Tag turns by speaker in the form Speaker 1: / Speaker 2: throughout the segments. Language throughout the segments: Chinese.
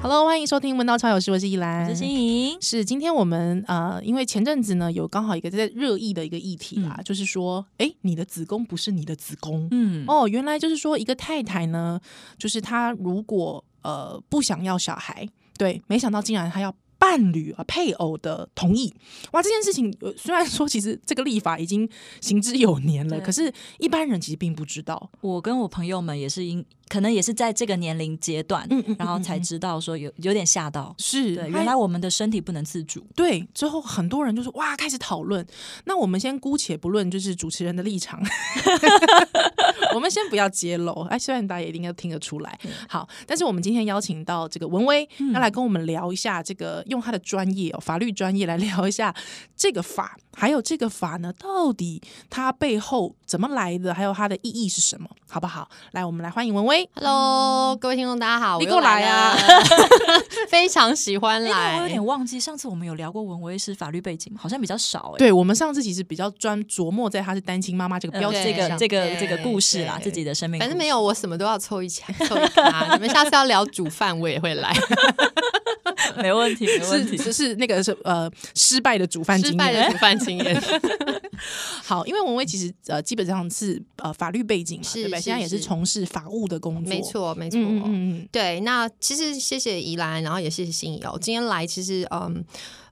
Speaker 1: Hello，欢迎收听《文道超有事》，我是依》，兰，
Speaker 2: 我是心莹。
Speaker 1: 是今天我们呃，因为前阵子呢有刚好一个在热议的一个议题啦，就是说，哎，你的子宫不是你的子宫，
Speaker 2: 嗯，
Speaker 1: 哦，原来就是说一个太太呢，就是她如果呃不想要小孩，对，没想到竟然还要。伴侣啊，配偶的同意，哇，这件事情、呃、虽然说其实这个立法已经行之有年了，
Speaker 2: 对
Speaker 1: 可是一般人其实并不知道，
Speaker 2: 我跟我朋友们也是因，可能也是在这个年龄阶段，
Speaker 1: 嗯嗯嗯
Speaker 2: 然后
Speaker 1: 嗯
Speaker 2: 才
Speaker 1: 嗯
Speaker 2: 知道说有有点吓到，
Speaker 1: 是
Speaker 2: 对，
Speaker 1: 它
Speaker 2: 原来我们的身体不能自主，
Speaker 1: 对，之后很多人就说哇，开始讨论。那我们先姑且不论，就是主持人的立场， 我们先不要揭露。哎，虽然大家也应该听得出来，好，但是我们今天邀请到这个文威，要来跟我们聊一下这个，用他的专业哦，法律专业来聊一下这个法，还有这个法呢，到底它背后怎么来的，还有它的意义是什么，好不好？来，我们来欢迎文威。
Speaker 3: Hello，各位听众，大家好，
Speaker 1: 你
Speaker 3: 我又
Speaker 1: 过来啊
Speaker 3: 来了， 非常喜欢
Speaker 2: 因哎为我有
Speaker 3: 来
Speaker 2: 点。忘记上次我们有聊过文威是法律背景，好像比较少哎、
Speaker 1: 对我们上次其实比较专琢磨在她是单亲妈妈这个
Speaker 2: 呃，
Speaker 1: 标
Speaker 3: 对
Speaker 1: 签
Speaker 2: 这个
Speaker 1: 上
Speaker 2: 这个这个
Speaker 3: 对
Speaker 2: 故事啦，
Speaker 3: 对
Speaker 2: 自己的生命故事，
Speaker 3: 反正没有，我什么都要凑一下， 凑一咖。你们下次要聊煮饭，我也会来。
Speaker 2: 没问题，没问
Speaker 1: 是
Speaker 2: 题。
Speaker 1: 是是那个是呃失败的煮饭经
Speaker 3: 失败的
Speaker 1: 验。
Speaker 3: 煮饭经验，
Speaker 1: 好，因为文威其实呃基本上是呃法律背景嘛，
Speaker 3: 是
Speaker 1: 对不对？
Speaker 3: 是
Speaker 1: 现在也是
Speaker 3: 是
Speaker 1: 从事法务的工作，
Speaker 3: 没。错，没错。
Speaker 1: 嗯嗯嗯嗯，
Speaker 3: 对，那其实谢谢宜兰，然后也谢谢心仪哦。今天来，其实嗯。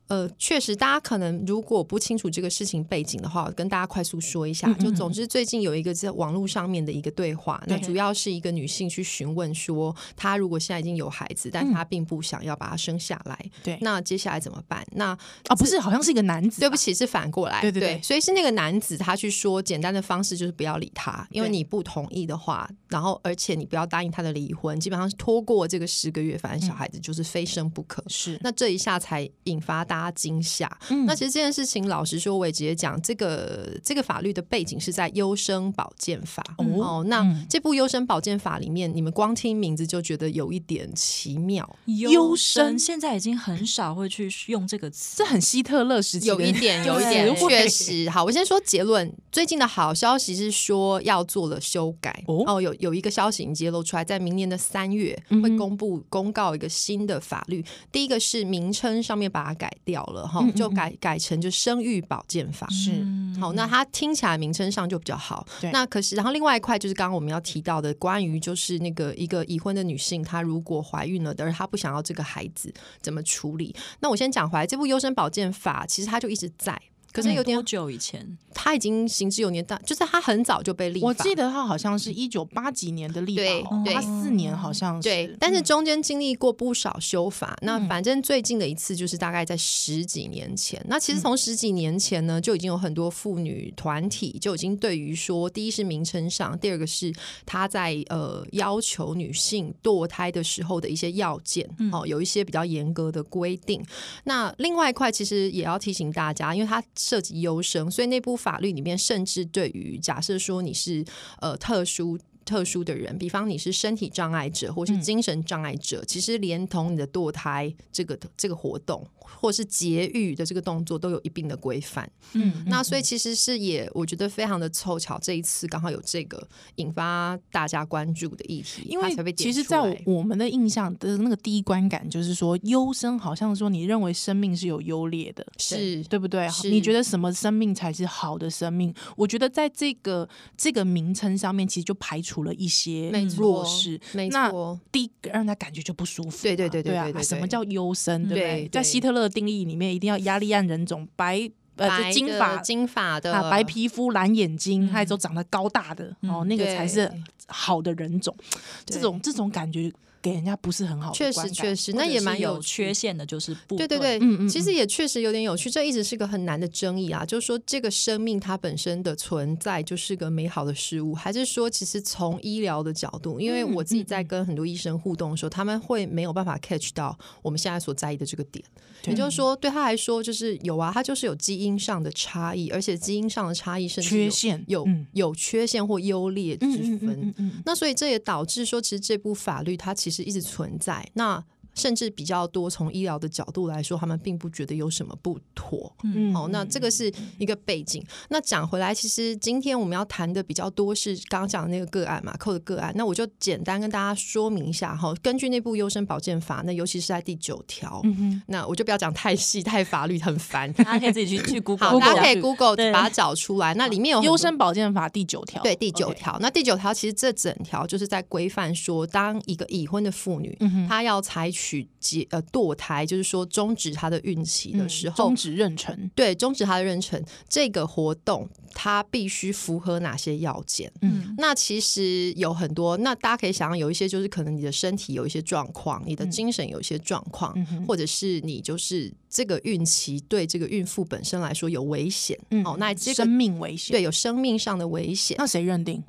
Speaker 3: 呃，确实，大家可能如果不清楚这个事情背景的话，我跟大家快速说一下。
Speaker 1: 嗯
Speaker 3: 就总之，最近有一个在网络上面的一个对话，那主要是一个女性去询问说，她如果现在已经有孩子，但她并不想要把她生下来，
Speaker 1: 嗯对
Speaker 3: 那接下来怎么办？那
Speaker 1: 啊，不是，好像是一个男子吧，啊
Speaker 3: 对不起，是反过来，
Speaker 1: 对对对
Speaker 3: 所以是那个男子他去说，简单的方式就是不要理他，因为
Speaker 1: 对
Speaker 3: 你不同意的话，然后而且你不要答应他的离婚，基本上拖过这个十个月，
Speaker 1: 嗯
Speaker 3: 反正小孩子就是非生不可。
Speaker 1: 是
Speaker 3: 那这一下才引发大家惊吓。
Speaker 1: 嗯
Speaker 3: 那其实这件事情，老实说，我也直接讲，这个这个法律的背景是在《优生保健法》
Speaker 1: 哦
Speaker 3: 哦。那
Speaker 1: 嗯
Speaker 3: 这部《优生保健法》里面，你们光听名字就觉得有一点奇妙，
Speaker 1: 优生
Speaker 2: 现在已经很少会去用这个词，
Speaker 1: 这很希特勒时期的，
Speaker 3: 有一点，有一
Speaker 1: 对
Speaker 3: 点，
Speaker 1: 对
Speaker 3: 确实。好，我先说结论。最近的好消息是说要做了修改。
Speaker 1: 哦
Speaker 3: 哦，有有一个消息已经揭露出来，在明年的三月
Speaker 1: 嗯哼
Speaker 3: 会公布、公告一个新的法律。第一个是名称上面把它改掉了，哈
Speaker 1: 嗯嗯，
Speaker 3: 就
Speaker 1: 嗯
Speaker 3: 改改成就生育保健法。
Speaker 1: 是
Speaker 2: 嗯
Speaker 3: 好，那它听起来名称上就比较好
Speaker 1: 嗯对。
Speaker 3: 那可是，然后另外一块就是刚刚我们要提到的，关于就是那个一个已婚的女性，她如果怀孕了，但是她不想要这个孩子，怎么处理？那我先讲回来，这部优生保健法其实它就一直在，可是有
Speaker 1: 嗯
Speaker 3: 点
Speaker 2: 多久以前？
Speaker 3: 它已经行之有年，但就是它很早就被立法。
Speaker 1: 我记得他好像是一九八几年的立
Speaker 3: 对
Speaker 1: 法哦，
Speaker 3: 对
Speaker 1: 八四年好像是
Speaker 3: 对，但是中间经历过不少修法。那反正最近的一次就是大概在十几年前。那其实从十几年前呢，就已经有很多妇女团体就已经对于说，第一是名称上，第二个是她在呃要求女性堕胎的时候的一些要件、哦，有一些比较严格的规定。那另外一块其实也要提醒大家，因为它涉及优生，所以那部法律里面甚至对于假设说你是呃特殊。特殊的人，比方你是身体障碍者或
Speaker 1: 嗯
Speaker 3: 是精神障碍者，其实连同你的堕胎这个这个活动，或是节育的这个动作，都有一定的规范。
Speaker 1: 嗯，
Speaker 3: 那所以其实是也，我觉得非常的凑巧，这一次刚好有这个引发大家关注的议题，
Speaker 1: 因
Speaker 3: 它才被
Speaker 1: 为
Speaker 3: 点
Speaker 1: 其实，
Speaker 3: 出
Speaker 1: 在
Speaker 3: 来
Speaker 1: 我们的印象的那个第一观感就是说，优生好像说你认为生命是有优劣的，
Speaker 3: 是
Speaker 1: 对不对？
Speaker 3: 是
Speaker 1: 你觉得什么生命才是好的生命？我觉得在这个这个名称上面，其实就排除了一些
Speaker 3: 没错
Speaker 1: 弱势。
Speaker 3: 没
Speaker 1: 那
Speaker 3: 错，
Speaker 1: 第一个让他感觉就不舒服嘛。
Speaker 3: 对对对对
Speaker 1: 对啊
Speaker 3: 对对对嗯
Speaker 1: 什么叫优生？对不
Speaker 3: 对
Speaker 1: 对？
Speaker 3: 对
Speaker 1: 在希特勒的定义里面，一定要雅利安人种，白呃
Speaker 3: 白
Speaker 1: 就
Speaker 3: 的
Speaker 1: 金发。
Speaker 3: 金发的、嗯
Speaker 1: 啊，白皮肤、蓝眼睛，还有都长得高大的、哦，那个才是
Speaker 3: 对
Speaker 1: 好的人种。
Speaker 3: 对
Speaker 1: 这种这种感觉给人家不是很好的
Speaker 3: 确
Speaker 1: 观
Speaker 3: 实
Speaker 1: 感
Speaker 3: 确实，
Speaker 2: 或
Speaker 3: 那
Speaker 2: 者
Speaker 3: 也
Speaker 2: 是
Speaker 3: 蛮
Speaker 2: 有
Speaker 3: 趣
Speaker 2: 缺陷的，就是不
Speaker 3: 对对对，
Speaker 1: 嗯嗯
Speaker 3: 其实也确实有点有趣，这一直是个很难的争议啊。就是说，这个生命它本身的存在就是个美好的事物，还是说，其实从医疗的角度，因为
Speaker 1: 嗯
Speaker 3: 我自己在跟很多医生互动的时候，他们会没有办法 catch 到我们现在所在意的这个点。也就是说，对他来说，就是有啊，他就是有基因上的差异，而且基因上的差异甚至有
Speaker 1: 缺陷
Speaker 3: 有
Speaker 1: 嗯
Speaker 3: 有缺陷或优劣之
Speaker 1: 嗯嗯嗯
Speaker 3: 分。
Speaker 1: 嗯嗯，
Speaker 3: 那所以这也导致说，其实这部法律它其实一直存在。那甚至比较多从医疗的角度来说，他们并不觉得有什么不妥。
Speaker 1: 嗯
Speaker 3: 好，那这个是一个背景。那讲回来，其实今天我们要谈的比较多是刚刚讲的那个个案嘛，扣的个案。那我就简单跟大家说明一下哈，根据内部优生保健法，那尤其是在第九条，那我就不要讲太细，太法律很烦。
Speaker 2: 大家可以自己去 去 Google，
Speaker 3: 好，大家可以
Speaker 2: 一下
Speaker 3: Google
Speaker 2: 对
Speaker 3: 把它找出来。那里面有很
Speaker 1: 优
Speaker 3: 多
Speaker 1: 生保健法第九条，
Speaker 3: 对第九
Speaker 1: OK，
Speaker 3: 条。那第九条其实这整条就是在规范说，当一个已婚的妇女，
Speaker 1: 嗯
Speaker 3: 她要采取结呃堕胎，就是说终止她的孕期的
Speaker 1: 嗯
Speaker 3: 时候，
Speaker 1: 终止妊娠，
Speaker 3: 对终止她的妊娠这个活动，它必须符合哪些要件？
Speaker 2: 嗯
Speaker 3: 那其实有很多，那大家可以想象，有一些就是可能你的身体有一些状况，你的
Speaker 1: 嗯
Speaker 3: 精神有一些状况，或者是你就是这个孕期对这个孕妇本身来说有危险，
Speaker 1: 嗯
Speaker 3: 哦，那这
Speaker 1: 生
Speaker 3: 个
Speaker 1: 命危险，
Speaker 3: 对，有生命上的危险，
Speaker 1: 那谁认定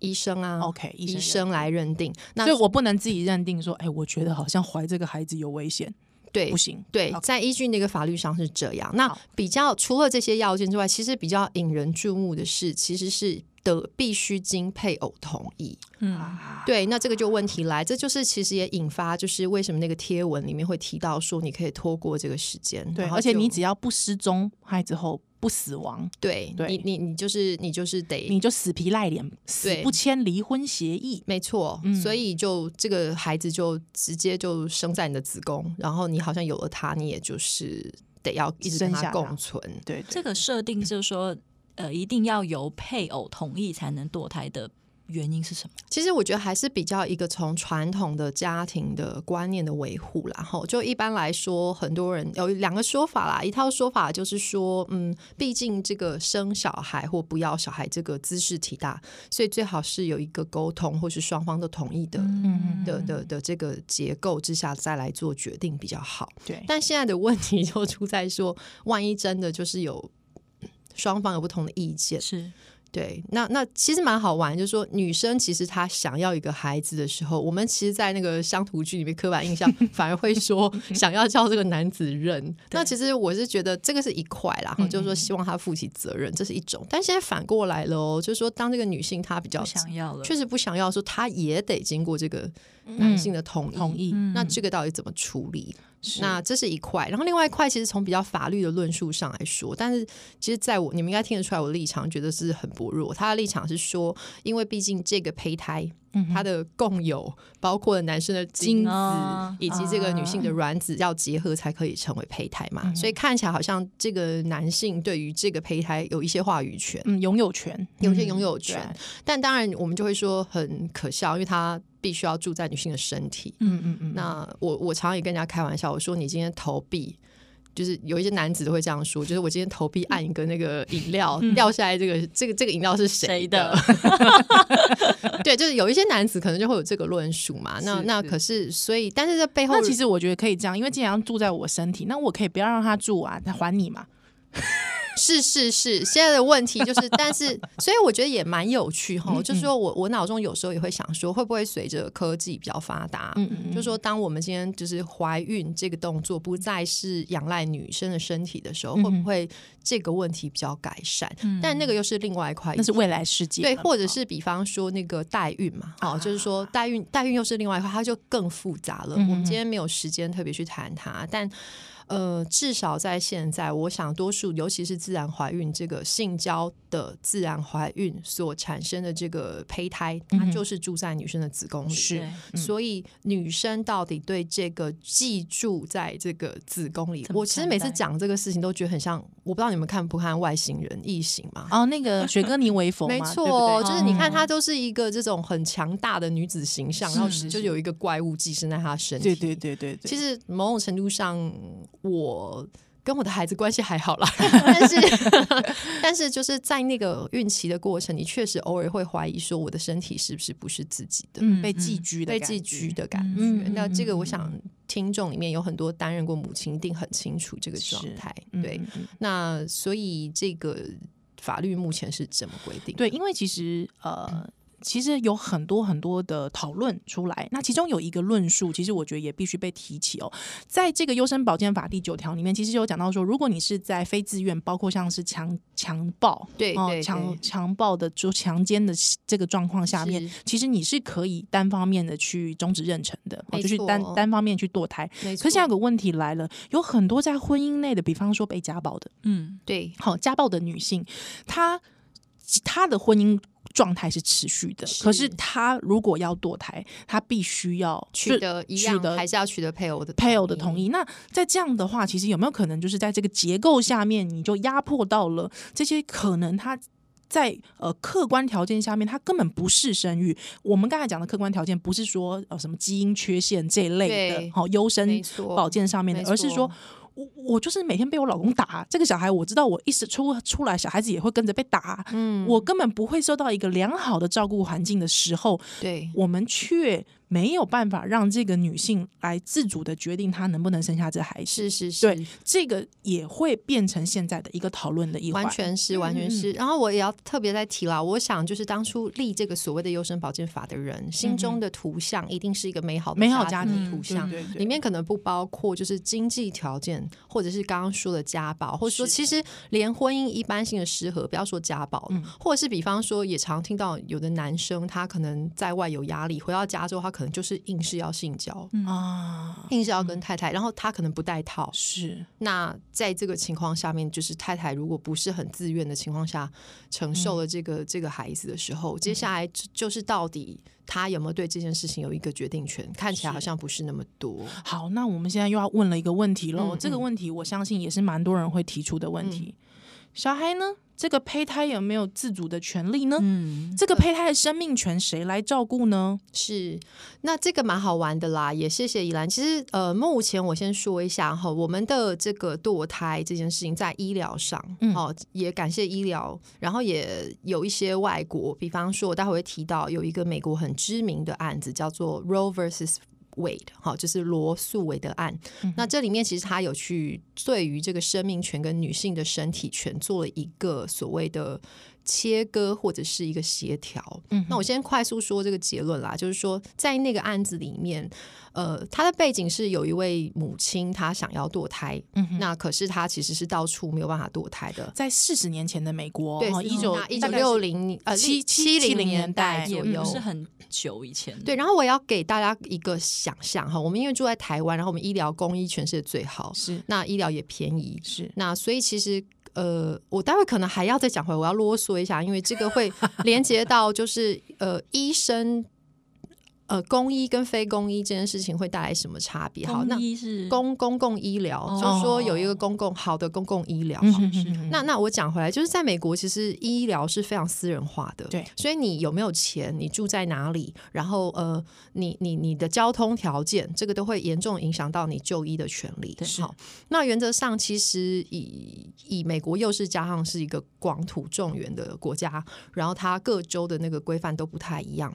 Speaker 3: 医生啊
Speaker 1: ？OK，医
Speaker 3: 医
Speaker 1: 生嗯
Speaker 3: 生来认定。那
Speaker 1: 所以我不能自己认定说，哎，我觉得好像怀这个孩子有危险，
Speaker 3: 对
Speaker 1: 不行。
Speaker 3: 对，
Speaker 1: OK
Speaker 3: 在依据那个法律上是这样。那
Speaker 1: 好
Speaker 3: 比较除了这些要件之外，其实比较引人注目的是，其实是得必须经配偶同意。
Speaker 2: 嗯，
Speaker 1: 啊
Speaker 3: 对，那这个就问题来，这就是其实也引发就是为什么那个贴文里面会提到说你可以拖过这个时间，
Speaker 1: 对，
Speaker 3: 然后
Speaker 1: 而且
Speaker 3: 就
Speaker 1: 你只要不失踪，孩子后不死亡，
Speaker 3: 对
Speaker 1: 对
Speaker 3: 你你你就是你就是得
Speaker 1: 你就死皮赖脸，死
Speaker 3: 对
Speaker 1: 不签离婚协议。
Speaker 3: 没错，
Speaker 1: 嗯
Speaker 3: 所以就这个孩子就直接就生在你的子宫，然后你好像有了他，你也就是得要一直跟
Speaker 1: 生下
Speaker 3: 他
Speaker 1: 他
Speaker 3: 共存。
Speaker 1: 对，对
Speaker 2: 这个设定就是说，呃，一定要由配偶同意才能堕胎的原因是什么？
Speaker 3: 其实我觉得还是比较一个从传统的家庭的观念的维护啦，吼，就一般来说，很多人有两个说法啦，一套说法就是说，嗯，毕竟这个生小孩或不要小孩这个姿势体大，所以最好是有一个沟通或是双方都同意的、
Speaker 1: 嗯
Speaker 3: 的的的这个结构之下再来做决定比较好。
Speaker 1: 对，
Speaker 3: 但现在的问题就出在说，万一真的就是有双方有不同的意见，
Speaker 2: 是
Speaker 3: 对，那那其实蛮好玩，就是说女生其实她想要一个孩子的时候，我们其实，在那个乡土剧里面刻 板印象反而会说想要叫这个男子认。那其实我是觉得这个是一块啦，
Speaker 2: 嗯
Speaker 3: 哈就是说希望他负起责任，这是一种。但现在反过来了哦，就是说当这个女性她比较
Speaker 2: 不想要了，
Speaker 3: 确实不想要的时候，她也得经过这个
Speaker 2: 嗯
Speaker 3: 男性的同意。
Speaker 1: 同意。
Speaker 3: 那这个到底怎么处理？
Speaker 1: 是
Speaker 3: 那这是一块，然后另外一块其实从比较法律的论述上来说，但是其实在我你们应该听得出来，我的立场觉得是很薄弱。他的立场是说，因为毕竟这个胚胎，它的共有包括了男生的
Speaker 2: 精
Speaker 3: 精子
Speaker 2: 子
Speaker 3: 以及这个女性的卵子要结合才可以成为胚胎嘛，所以看起来好像这个男性对于这个胚胎有一些话语权。
Speaker 1: 嗯，拥有权，
Speaker 3: 有些拥有权，
Speaker 1: 对
Speaker 3: 但当然我们就会说很可笑，因为它必须要住在女性的身体。
Speaker 1: 嗯嗯嗯，
Speaker 3: 那我我常常也跟人家开玩笑，我说你今天投币，就是有一些男子都会这样说，就是我今天投币按一个那个饮料
Speaker 1: 嗯
Speaker 3: 掉下来，这个这个这个饮料是谁
Speaker 2: 谁的？
Speaker 3: 对，就是有一些男子可能就会有这个论述嘛。那
Speaker 1: 是
Speaker 3: 那
Speaker 1: 是
Speaker 3: 可是所以，但是这背后
Speaker 1: 那其实我觉得可以这样，因为既然要住在我身体，那我可以不要让他住啊，他还你嘛。
Speaker 3: 是是是，现在的问题就是，但是所以我觉得也蛮有趣哈，
Speaker 1: 嗯
Speaker 3: 就是说我我脑中有时候也会想说，会不会随着科技比较发达，
Speaker 1: 嗯嗯
Speaker 3: 就说当我们今天就是怀孕这个动作不再是仰赖女生的身体的时候，会
Speaker 1: 嗯
Speaker 3: 不会这个问题比较改善？但那个又是另外一块，
Speaker 1: 那是未来世界了
Speaker 3: 对，
Speaker 1: 嘛，
Speaker 3: 或者是比方说那个代孕嘛，哦，就是
Speaker 2: 啊
Speaker 3: 说代孕，代孕又是另外一块，它就更复杂
Speaker 2: 嗯
Speaker 3: 了。我们今天没有时间特别去谈它，但呃，至少在现在，我想多数，尤其是自然怀孕这个性交的自然怀孕所产生的这个胚胎，
Speaker 2: 嗯
Speaker 3: 它就是住在女生的子宫里。
Speaker 1: 是
Speaker 2: 对
Speaker 3: 所以女生到底对这个寄住在这个子宫里，
Speaker 2: 怎么
Speaker 3: 我其实
Speaker 2: 看
Speaker 3: 每次
Speaker 2: 待
Speaker 3: 讲这个事情都觉得很像，我不知道你们看不看《外星人异形》嘛？
Speaker 1: 哦，那 个雪哥尼维佛嘛，
Speaker 3: 没
Speaker 1: 对不
Speaker 3: 错，
Speaker 1: 对
Speaker 3: 就是你看她都是一个这种很强大的女子形象，然后
Speaker 2: 是
Speaker 3: 就有一个怪物寄生在她身体。
Speaker 1: 对对对对对，
Speaker 3: 其实某种程度上，我跟我的孩子关系还好 啦，但是但是就是在那个孕期的过程，你确实偶尔会怀疑说我的身体是不是不是自己的，
Speaker 1: 嗯，被寄居的
Speaker 3: 被
Speaker 1: 感
Speaker 3: 寄
Speaker 1: 觉
Speaker 3: 居的感觉。
Speaker 1: 嗯
Speaker 3: 那这个我
Speaker 1: 嗯
Speaker 3: 想听众里面有很多担任过母亲，一定很清楚这个状
Speaker 1: 是
Speaker 3: 态。
Speaker 1: 嗯
Speaker 3: 对，
Speaker 1: 嗯嗯
Speaker 3: 那所以这个法律目前是怎么规定？
Speaker 1: 对，因为其实呃。其实有很多很多的讨论出来，那其中有一个论述，其实我觉得也必须被提起哦。在这个《优生保健法》第九条里面，其实有讲到说，如果你是在非自愿，包括像是强强暴、
Speaker 3: 对
Speaker 1: 哦
Speaker 3: 对
Speaker 1: 强
Speaker 3: 对
Speaker 1: 强暴的就强奸的这个状况下面
Speaker 3: 是，
Speaker 1: 其实你是可以单方面的去终止妊娠的，哦
Speaker 3: 没
Speaker 1: 就是单
Speaker 3: 错
Speaker 1: 单方面去堕胎。
Speaker 3: 没
Speaker 1: 可是现在有
Speaker 3: 错
Speaker 1: 个问题来了，有很多在婚姻内的，比方说被家暴的，
Speaker 2: 嗯
Speaker 3: 对
Speaker 1: 好家暴的女性，她她的婚姻状态是持续的，
Speaker 3: 是
Speaker 1: 可是她如果要堕胎，她必须要
Speaker 3: 取
Speaker 1: 就
Speaker 3: 得一
Speaker 1: 取
Speaker 3: 样
Speaker 1: 得
Speaker 3: 还是要取得配偶的
Speaker 1: 配偶的同意。那在这样的话，其实有没有可能就是在这个结构下面，你就压迫到了这些可能她。在呃客观条件下面，她根本不是生育。我们刚才讲的客观条件，不是说呃什么基因缺陷这一类的
Speaker 3: 对，
Speaker 1: 好、优
Speaker 3: 没
Speaker 1: 生
Speaker 3: 错
Speaker 1: 保健上面的
Speaker 3: 没，
Speaker 1: 而是说
Speaker 3: 错
Speaker 1: 我我就是每天被我老公打，这个小孩我知道，我一时出出来，小孩子也会跟着被打，
Speaker 3: 嗯
Speaker 1: 我根本不会受到一个良好的照顾环境的时候，
Speaker 3: 对
Speaker 1: 我们却没有办法让这个女性来自主的决定她能不能生下这孩子，
Speaker 3: 是是是，
Speaker 1: 对，这个也会变成现在的一个讨论的一环，
Speaker 3: 完全是，完全是。然后我也要特别再提啦，我想就是当初立这个所谓的优生保健法的人，心中的图像一定是一个美好的
Speaker 1: 美好家
Speaker 3: 庭
Speaker 1: 庭
Speaker 3: 图
Speaker 1: 对
Speaker 3: 像。
Speaker 1: 嗯对对
Speaker 3: 里面可能不包括就是经济条件，或者是刚刚说的家暴，或者说
Speaker 1: 是
Speaker 3: 其实连婚姻一般性的失和，不要说家暴了，
Speaker 1: 嗯
Speaker 3: 或者是比方说也常听到有的男生他可能在外有压力，回到家之后他可能就是硬是要性交，
Speaker 1: 啊，
Speaker 3: 硬是要跟太太，然后他可能不戴套，
Speaker 1: 是
Speaker 3: 那在这个情况下面，就是太太如果不是很自愿的情况下，承
Speaker 1: 嗯
Speaker 3: 受了这个、这个孩子的时候，接下来就就是到底他有没有对这件事情有一个决定权？看起来好像不是那么多。
Speaker 1: 好。那我们现在又要问了一个问题喽，
Speaker 3: 嗯
Speaker 1: 这个
Speaker 3: 嗯
Speaker 1: 问题我相信也是蛮多人会提出的问题，小孩呢，这个胚胎有没有自主的权利呢？
Speaker 2: 嗯，
Speaker 1: 这个胚胎的生命权谁来照顾呢？
Speaker 3: 是，那这个蛮好玩的啦，也谢谢依兰。其实呃，目前我先说一下哈，我们的这个堕胎这件事情在医疗上，
Speaker 1: 嗯
Speaker 3: 哦，也感谢医疗，然后也有一些外国，比方说我待会会提到有一个美国很知名的案子叫做 Roe versus。Wade，好，就是罗素韦德案。
Speaker 1: 嗯
Speaker 3: 那这里面其实他有去对于这个生命权跟女性的身体权做了一个所谓的切割或者是一个协调。
Speaker 1: 嗯
Speaker 3: 那我先快速说这个结论啦，就是说在那个案子里面，呃，他的背景是有一位母亲她想要堕胎，
Speaker 1: 嗯哼
Speaker 3: 那可是她其实是到处没有办法堕胎的。
Speaker 1: 在四十年前的美国，
Speaker 3: 对，
Speaker 1: 哦一九
Speaker 3: 一九六零呃
Speaker 1: 七七
Speaker 3: 七零
Speaker 1: 零
Speaker 3: 年
Speaker 1: 年
Speaker 3: 代
Speaker 1: 代嗯
Speaker 3: 左
Speaker 1: 左
Speaker 2: 也
Speaker 3: 右
Speaker 2: 不，是很久以前，
Speaker 3: 嗯对，，然后我也要给大家一个想象哈，我们因为住在台湾，然后我们医疗公医全世界最好，
Speaker 1: 是
Speaker 3: 那医疗也便宜，
Speaker 1: 是
Speaker 3: 那所以其实呃，我待会可能还要再讲回，我要啰嗦一下，因为这个会连接到就是呃医生。呃，公医跟非公医这件事情会带来什么差别？好，那
Speaker 2: 公医是
Speaker 3: 公公共医疗，
Speaker 2: 哦
Speaker 3: 就是说有一个公共好的公共医疗，
Speaker 1: 嗯
Speaker 3: 好
Speaker 1: 哼哼哼
Speaker 3: 那那我讲回来，就是在美国，其实医疗是非常私人化的，
Speaker 1: 对
Speaker 3: 所以你有没有钱，你住在哪里，然后呃，你你你的交通条件，这个都会严重影响到你就医的权利。
Speaker 2: 对
Speaker 3: 好，那原则上其实以以美国又是加上是一个广土众原的国家，然后它各州的那个规范都不太一样。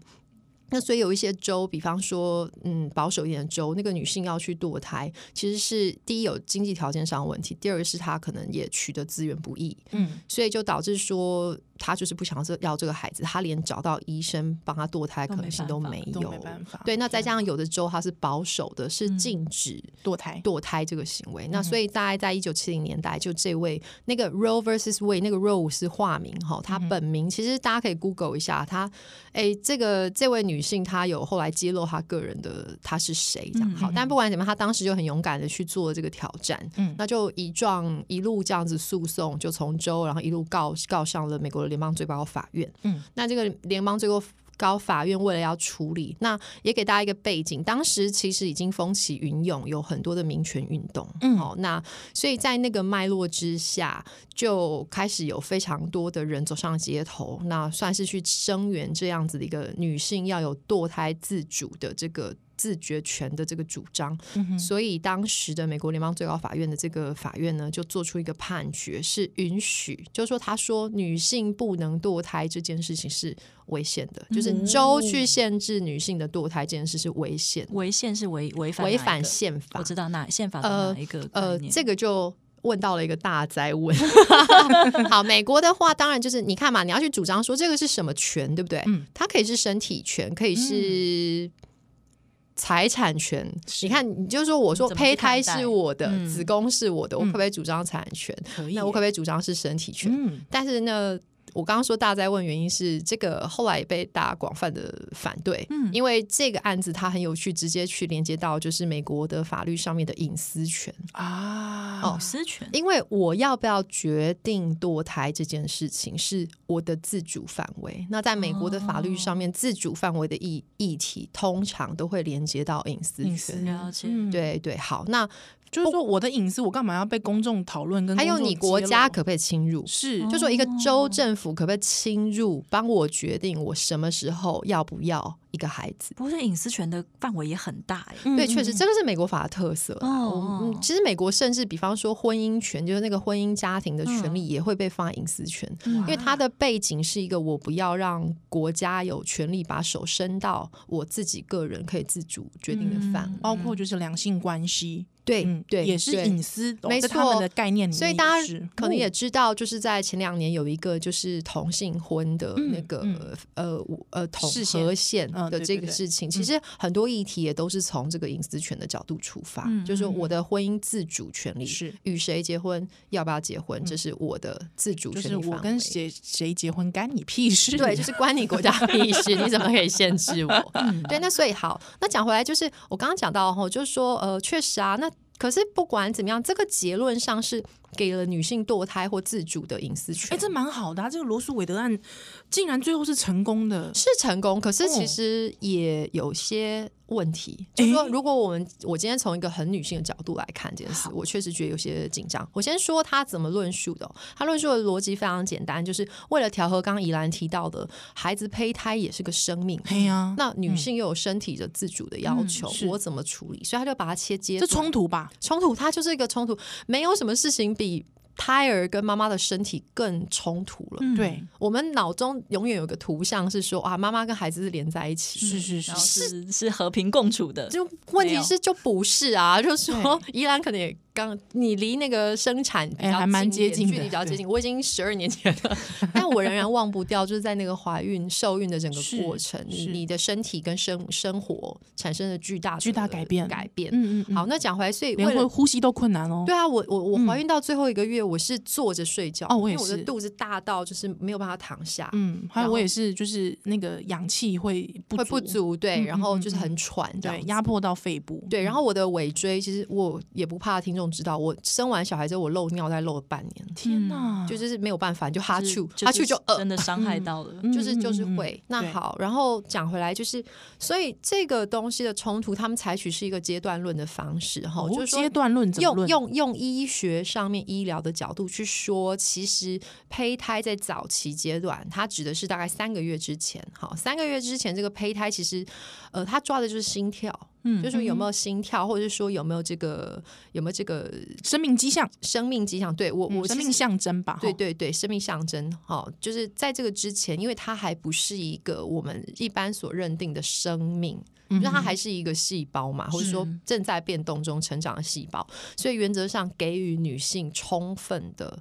Speaker 3: 那所以有一些州，比方说，嗯，保守一点的州，那个女性要去堕胎，其实是第一有经济条件上的问题，第二个是她可能也取得资源不易，
Speaker 1: 嗯
Speaker 3: 所以就导致说她就是不想要这要这个孩子，她连找到医生帮她堕胎
Speaker 1: 嗯
Speaker 3: 的可能性都没嗯
Speaker 1: 都
Speaker 3: 有
Speaker 1: 没。办法，
Speaker 3: 对，那再加上有的州它是保守的，是
Speaker 2: 嗯
Speaker 3: 禁止
Speaker 1: 堕胎，嗯
Speaker 3: 堕胎这个行为。那所以大概在一九七零年代，就这位那个 Roe versus Wade 那个 Roe 是化名哈，
Speaker 1: 嗯
Speaker 3: 她本名其实大家可以 Google 一下，她诶，这个这位女性她有后来揭露她个人的她是谁
Speaker 1: 嗯
Speaker 3: 这样。好，但不管怎么样，她当时就很勇敢的去做这个挑战。
Speaker 1: 嗯
Speaker 3: 那就一状一路这样子诉讼，就从州然后一路告告上了美国的联邦最高法院。
Speaker 1: 嗯，
Speaker 3: 那这个联邦最高高法院为了要处理，那也给大家一个背景，当时其实已经风起云涌，有很多的民权运动。
Speaker 1: 嗯
Speaker 3: 好、那所以在那个脉络之下，就开始有非常多的人走上街头，那算是去声援这样子的一个女性要有堕胎自主的这个。自决权的这个主张。
Speaker 1: 嗯哼
Speaker 3: 所以当时的美国联邦最高法院的这个法院呢，就做出一个判决，是允许，就是说他说女性不能堕胎这件事情是违宪的，就是
Speaker 2: 嗯
Speaker 3: 州去限制女性的堕胎这件事是违宪的，
Speaker 2: 违宪是违违反
Speaker 3: 违
Speaker 2: 哪一
Speaker 3: 反
Speaker 2: 个
Speaker 3: 宪法
Speaker 2: 我。知道哪宪法的哪一个概
Speaker 3: 呃，
Speaker 2: 念
Speaker 3: 这个就。问到了一个大 灾问。 好，美国的话，当然就是你看嘛，你要去主张说这个是什么权，对不对？
Speaker 1: 嗯
Speaker 3: 它可以是身体权，可以
Speaker 2: 嗯
Speaker 3: 是财产权。
Speaker 1: 是
Speaker 3: 你看，你就说我说
Speaker 2: 怎么去
Speaker 3: 胚胎
Speaker 2: 看待
Speaker 3: 是我的，
Speaker 2: 嗯
Speaker 3: 子宫是我的，我
Speaker 1: 嗯
Speaker 3: 可不可以主张财产权？
Speaker 1: 可以耶，
Speaker 3: 那我可不可以主张是身体权？
Speaker 1: 嗯
Speaker 3: 但是呢，我刚刚说大灾问原因是这个后来也被大家广泛的反对，
Speaker 2: 嗯
Speaker 3: 因为这个案子它很有趣，直接去连接到就是美国的法律上面的隐私权，
Speaker 1: 啊，
Speaker 3: 哦
Speaker 2: 隐私权
Speaker 3: 因为我要不要决定堕胎这件事情是我的自主范围。那在美国的法律
Speaker 1: 哦
Speaker 3: 上面，自主范围的议议题通常都会连接到隐私
Speaker 1: 隐私
Speaker 3: 权。
Speaker 2: 了解
Speaker 1: 嗯，
Speaker 3: 对对，好，那
Speaker 1: 就是说我的隐私，我干嘛要被公众讨论？跟
Speaker 3: 还有
Speaker 1: 公众
Speaker 3: 你国
Speaker 1: 揭露
Speaker 3: 家可不可以侵入？
Speaker 1: 是
Speaker 3: 就说一个州
Speaker 2: 哦
Speaker 3: 政府可不可以侵入，帮我决定我什么时候要不要一个孩子？
Speaker 2: 不是隐私权的范围也很大哎、
Speaker 3: 对，确
Speaker 1: 嗯
Speaker 3: 实，这个是美国法的特色啦。
Speaker 2: 哦
Speaker 3: 我们
Speaker 2: 哦
Speaker 3: 嗯，其实美国甚至比方说婚姻权，就是那个婚姻家庭的权
Speaker 1: 嗯
Speaker 3: 利也会被放在隐私权，嗯因为
Speaker 1: 啊
Speaker 3: 它的背景是一个我不要让国家有权利把手伸到我自己个人可以自主决定的范围。
Speaker 1: 包
Speaker 2: 嗯
Speaker 1: 括就是两性关系，
Speaker 3: 对、
Speaker 1: 嗯，
Speaker 3: 对，
Speaker 1: 也是
Speaker 3: 对
Speaker 1: 隐私，哦
Speaker 3: 没
Speaker 1: 在他们
Speaker 3: 错
Speaker 1: 的概念里面也是，
Speaker 3: 所以大家可能也
Speaker 1: 哦
Speaker 3: 知道，就是在前两年有一个就是同性婚的那个、
Speaker 1: 嗯
Speaker 3: 呃呃统
Speaker 1: 视线
Speaker 3: 合线
Speaker 1: 嗯
Speaker 3: 的
Speaker 1: 对
Speaker 3: 这
Speaker 1: 对
Speaker 3: 个
Speaker 1: 对
Speaker 3: 事情，其实很多议题也都是从这个隐私权的角度出发，
Speaker 2: 嗯
Speaker 3: 就是说
Speaker 2: 嗯
Speaker 3: 我的婚姻自主权利
Speaker 1: 是嗯
Speaker 3: 与谁结婚，要不要结婚，这是我的自主
Speaker 1: 就
Speaker 3: 权
Speaker 1: 是
Speaker 3: 利范围。
Speaker 1: 我跟谁谁结婚干你屁事，
Speaker 3: 对，就是关你国家 屁事，你怎么可以限制我？
Speaker 2: 嗯
Speaker 3: 对，那所以好，那讲回来，就是我刚刚讲到吼，就是说呃，确实啊，那可是不管怎么样，这个结论上是给了女性堕胎或自主的隐私
Speaker 1: 哎，
Speaker 3: 权。
Speaker 1: 这蛮好的啊，这个罗素韦德案竟然最后是成功的，
Speaker 3: 是成功，可是
Speaker 1: 哦
Speaker 3: 其实也有些问题。就是说，
Speaker 1: 诶
Speaker 3: 如果我们我今天从一个很女性的角度来看这件事
Speaker 1: 好，
Speaker 3: 我确实觉得有些紧张。我先说他怎么论述的哦、他论述的逻辑非常简单，就是为了调和刚刚怡兰提到的，孩子胚胎也是个生命嘛，
Speaker 1: 嘿呀，
Speaker 3: 那女性又有身体的自主的要求，
Speaker 1: 嗯嗯是
Speaker 3: 我怎么处理？所以他就把它切阶
Speaker 1: 这
Speaker 3: 段，
Speaker 1: 冲突吧，
Speaker 3: 冲突，它就是一个冲突，没有什么事情比胎儿跟妈妈的身体更冲突了。
Speaker 2: 嗯
Speaker 1: 对，
Speaker 3: 我们脑中永远有个图像是说啊，妈妈跟孩子是连在一起的。
Speaker 1: 是是
Speaker 2: 然
Speaker 1: 是
Speaker 2: 后，是是和平共处的，
Speaker 3: 就问题是就不是啊，就是说
Speaker 1: 对
Speaker 3: 依兰可能也刚你离那个生产比
Speaker 1: 哎
Speaker 3: 较
Speaker 1: 还蛮
Speaker 3: 近一
Speaker 1: 接近
Speaker 3: 点
Speaker 1: 的
Speaker 3: 距离比较接近。我已经十二年前了， 但我仍然忘不掉，就是在那个怀孕、受孕的整个
Speaker 1: 是
Speaker 3: 过程，你
Speaker 1: 是
Speaker 3: 你的身体跟生生活产生了巨大的
Speaker 1: 巨大改变
Speaker 3: 改变。
Speaker 1: 嗯嗯嗯，
Speaker 3: 好，那讲回来，所以
Speaker 1: 连
Speaker 3: 为
Speaker 1: 会
Speaker 3: 了
Speaker 1: 呼吸都困难哦，
Speaker 3: 对啊，我我我
Speaker 1: 嗯
Speaker 3: 怀孕到最后一个月，我是坐着睡觉，
Speaker 1: 哦我也
Speaker 3: 因为我
Speaker 1: 是
Speaker 3: 的肚子大到就是没有办法躺下，
Speaker 1: 嗯，还有
Speaker 3: 然
Speaker 1: 我
Speaker 3: 后
Speaker 1: 也是，就是那个氧气会不
Speaker 3: 会不，足，对，
Speaker 1: 嗯
Speaker 3: 然后就是
Speaker 1: 嗯嗯
Speaker 3: 很喘，这
Speaker 1: 对
Speaker 3: 样，子
Speaker 1: 压迫到肺部，
Speaker 3: 对，然后我的尾椎，其实我也不怕听众知道，我生完小孩之后，我漏尿在漏了半年，
Speaker 1: 天哪，
Speaker 3: 就就是没有办法，你就哈
Speaker 2: 嗯就是
Speaker 3: 啾，
Speaker 2: 就
Speaker 3: 哈
Speaker 2: 是
Speaker 3: 啾就呃
Speaker 2: 真，的伤害到了。
Speaker 1: 嗯
Speaker 3: 就是就是
Speaker 1: 嗯嗯嗯
Speaker 3: 会。那
Speaker 1: 对
Speaker 3: 好，然后讲回来，就是所以这个东西的冲突，他们采取是一个阶段论的方式，哈，
Speaker 1: 哦
Speaker 3: 就是说
Speaker 1: 阶段论怎么
Speaker 3: 用
Speaker 1: 论？
Speaker 3: 用用医学上面医疗的角度去说，其实胚胎在早期阶段，它指的是大概三个月之前。好，三个月之前，这个胚胎其实，呃，它抓的就是心跳，
Speaker 1: 嗯
Speaker 3: 就是有没有心跳，或者是说有没有这个有没有这个
Speaker 1: 生命迹象，
Speaker 3: 生命迹象。对我，
Speaker 1: 嗯
Speaker 3: 我
Speaker 1: 生
Speaker 3: 其
Speaker 1: 命
Speaker 3: 实
Speaker 1: 象征吧，
Speaker 3: 对
Speaker 1: 哈，
Speaker 3: 对对，生命象征哈、哦，就是在这个之前，因为它还不是一个我们一般所认定的生命，
Speaker 1: 嗯
Speaker 3: 就是它还是一个细胞嘛，或者说正在变动中成长的细胞，所以原则上给予女性充分的。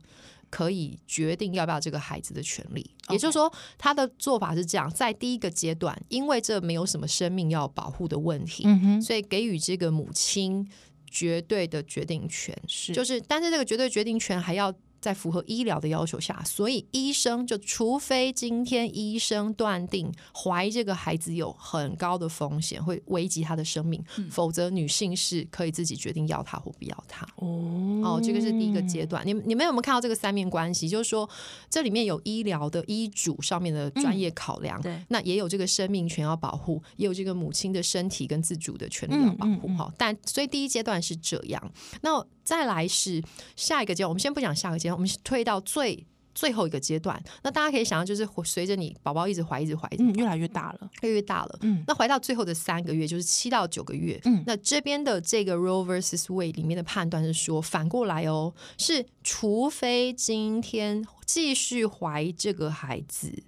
Speaker 3: 可以决定要不要这个孩子的权利，也就是说，他的做法是这样：在第一个阶段，因为这没有什么生命要保护的问题，
Speaker 1: 嗯哼，
Speaker 3: 所以给予这个母亲绝对的决定权。
Speaker 1: 是
Speaker 3: 就是，但是这个绝对决定权还要在符合医疗的要求下，所以医生就除非今天医生断定怀疑这个孩子有很高的风险，会危及他的生命，否则女性是可以自己决定要他或不要他。
Speaker 1: 哦
Speaker 3: 哦，这个是第一个阶段。你们你们有没有看到这个三面关系？就是说，这里面有医疗的医嘱上面的专业考量，
Speaker 2: 对
Speaker 3: 那也有这个生命权要保护，也有这个母亲的身体跟自主的权利要保护。
Speaker 1: 嗯嗯嗯
Speaker 3: 哈、但所以第一阶段是这样，那再来是下一个阶段。我们先不讲下个阶段，我们退到最。最后一个阶段。那大家可以想象，就是随着你宝宝一直怀，一直怀，一直
Speaker 1: 嗯，越来越大了，
Speaker 3: 越来越大了。
Speaker 1: 嗯
Speaker 3: 那怀到最后的三个月，就是七到九个月。
Speaker 1: 嗯
Speaker 3: 那这边的这个 Roe versus Wade 里面的判断是说，反过来哦，是除非今天继续怀这个孩子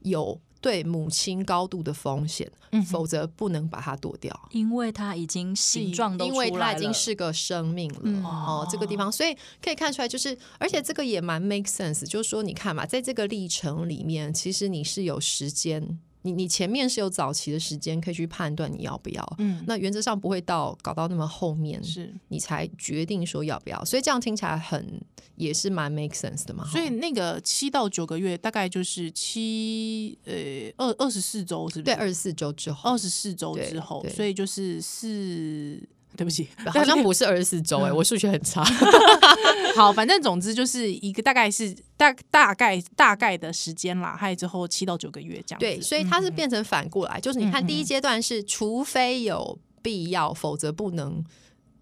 Speaker 3: 有对母亲高度的风险，
Speaker 1: 嗯哼
Speaker 3: 否则不能把它剁掉。
Speaker 2: 因为它已经形状都
Speaker 3: 嗯因
Speaker 2: 出来
Speaker 3: 为
Speaker 2: 了，
Speaker 3: 它已经是个生命了、
Speaker 1: 嗯
Speaker 3: 哦，这个地方，所以可以看出来，就是而且这个也蛮 make sense，就是说你看嘛，在这个历程里面，其实你是有时间，你你前面是有早期的时间可以去判断你要不要，
Speaker 1: 嗯，
Speaker 3: 那原则上不会到搞到那么后面，
Speaker 1: 是。
Speaker 3: 你才决定说要不要，所以这样听起来很也是蛮 make sense 的嘛，
Speaker 1: 所以那个七到九个月，大概就是七呃二二十四周，是不
Speaker 3: 对
Speaker 1: 哦是？
Speaker 3: 二十四周之后，
Speaker 1: 二十四周
Speaker 3: 对
Speaker 1: 之后，
Speaker 3: 对
Speaker 1: 所以就是四。对不嗯 起，
Speaker 3: 好像不是二十四周哎，我数学很差，
Speaker 1: 好，反正总之就是一个大概是大大概大概的时间啦，还有之后七到九个月这样子。嗯
Speaker 3: 对，所以它是变成反过来，就是你看第一阶段是，除非有必要，否则不能。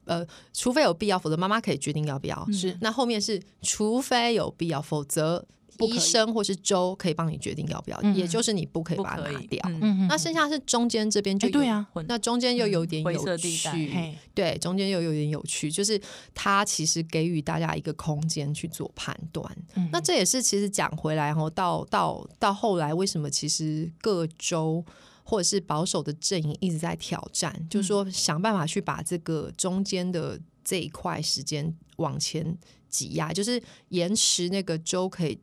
Speaker 3: 呃，除非有必要，否则妈妈可以决定要不要。
Speaker 1: 是
Speaker 3: 那后面是，除非有必要，否则
Speaker 1: 不可以
Speaker 3: 医生或是州可以帮你决定要不要，
Speaker 1: 嗯
Speaker 3: 也就是你不可以
Speaker 2: 不
Speaker 3: 把它
Speaker 2: 可
Speaker 3: 拿
Speaker 2: 以
Speaker 3: 掉。
Speaker 2: 嗯
Speaker 1: 嗯哼，
Speaker 3: 那剩下是中间这边就
Speaker 1: 哎
Speaker 3: 有、
Speaker 1: 对啊，嗯
Speaker 2: 混
Speaker 3: 那中间又有点
Speaker 2: 灰
Speaker 3: 有
Speaker 2: 色地
Speaker 3: 趣
Speaker 2: 带，
Speaker 1: 嘿，
Speaker 3: 对，中间又有点有趣，就是它其实给予大家一个空间去做判断。
Speaker 1: 嗯
Speaker 3: 那这也是其实讲回来，然后到到到后来，为什么其实各州或者是保守的阵营一直在挑战，
Speaker 1: 嗯
Speaker 3: 就是说想办法去把这个中间的这一块时间往前挤压，就是延迟那个州可以。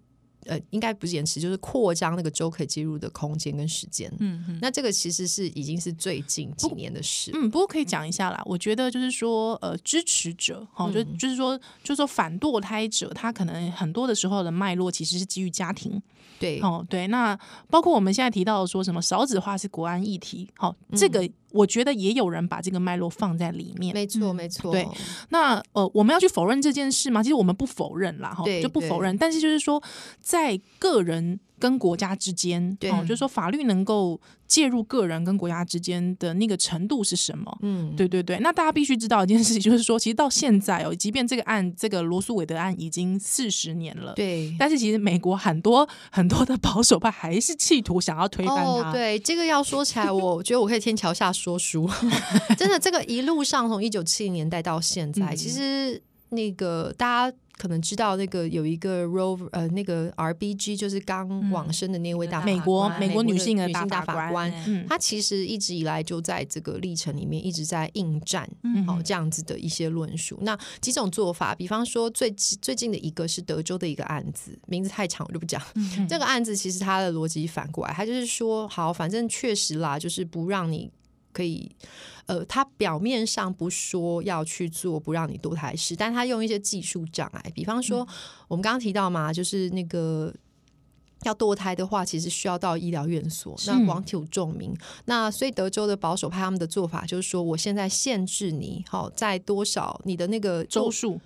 Speaker 3: 呃，应该不是延迟，就是扩张那个州可以接入的空间跟时间。
Speaker 2: 嗯嗯，
Speaker 3: 那这个其实是已经是最近几年的事。
Speaker 1: 嗯，不过可以讲一下啦。我觉得就是说，呃，支持者哈、哦，就
Speaker 3: 嗯
Speaker 1: 就是说，就是说反堕胎者，他可能很多的时候的脉络其实是基于家庭
Speaker 3: 对，
Speaker 1: 哦，对。那包括我们现在提到的说什么少子化是国安议题，好、这个
Speaker 3: 嗯
Speaker 1: 我觉得也有人把这个脉络放在里面。
Speaker 3: 没错，没
Speaker 1: 嗯
Speaker 3: 错。
Speaker 1: 对那呃，我们要去否认这件事吗？其实我们不否认啦，哈，
Speaker 3: 对
Speaker 1: 就不否认。但是就是说，在个人跟国家之间，
Speaker 3: 对
Speaker 1: 哦，就是说法律能够介入个人跟国家之间的那个程度是什么？
Speaker 3: 嗯，
Speaker 1: 对对对，那大家必须知道一件事情，就是说，其实到现在哦，即便这个案，这个罗素韦德案已经四十年了，，
Speaker 3: 对。
Speaker 1: 但是其实美国很多很多的保守派还是企图想要推翻它，
Speaker 3: 哦，对，这个要说起来，我觉得我可以天桥下说书。 真的，这个一路上从一九七零年代到现在，
Speaker 1: 嗯
Speaker 3: 其实那个大家可能知道，那个有一个 Roe 呃，那个 RBG 就是刚往生的那位大法
Speaker 2: 嗯
Speaker 1: 美国
Speaker 2: 法官
Speaker 1: 美国
Speaker 3: 美国
Speaker 1: 女
Speaker 3: 的
Speaker 1: 性的
Speaker 3: 女
Speaker 1: 大
Speaker 3: 性大法
Speaker 1: 法
Speaker 3: 官
Speaker 1: 嗯
Speaker 3: 他其实一直以来就在这个历程里面一直在应战，
Speaker 1: 嗯
Speaker 3: 好、这样子的一些论述。那几种做法，比方说最最近的一个是德州的一个案子，名字太长我就不讲。这个案子其实它的逻辑反过来，它就是说，好，反正确实啦，就是不让你。可以，呃，他表面上不说要去做不让你堕胎事，但他用一些技术障碍，比方
Speaker 1: 嗯
Speaker 3: 说、我们刚刚提到嘛，就是那个要堕胎的话，其实需要到医疗院所，那广体有重名。那所以德州的保守派他们的做法就是说，我现在限制你，好、在多少你的那个
Speaker 1: 周，数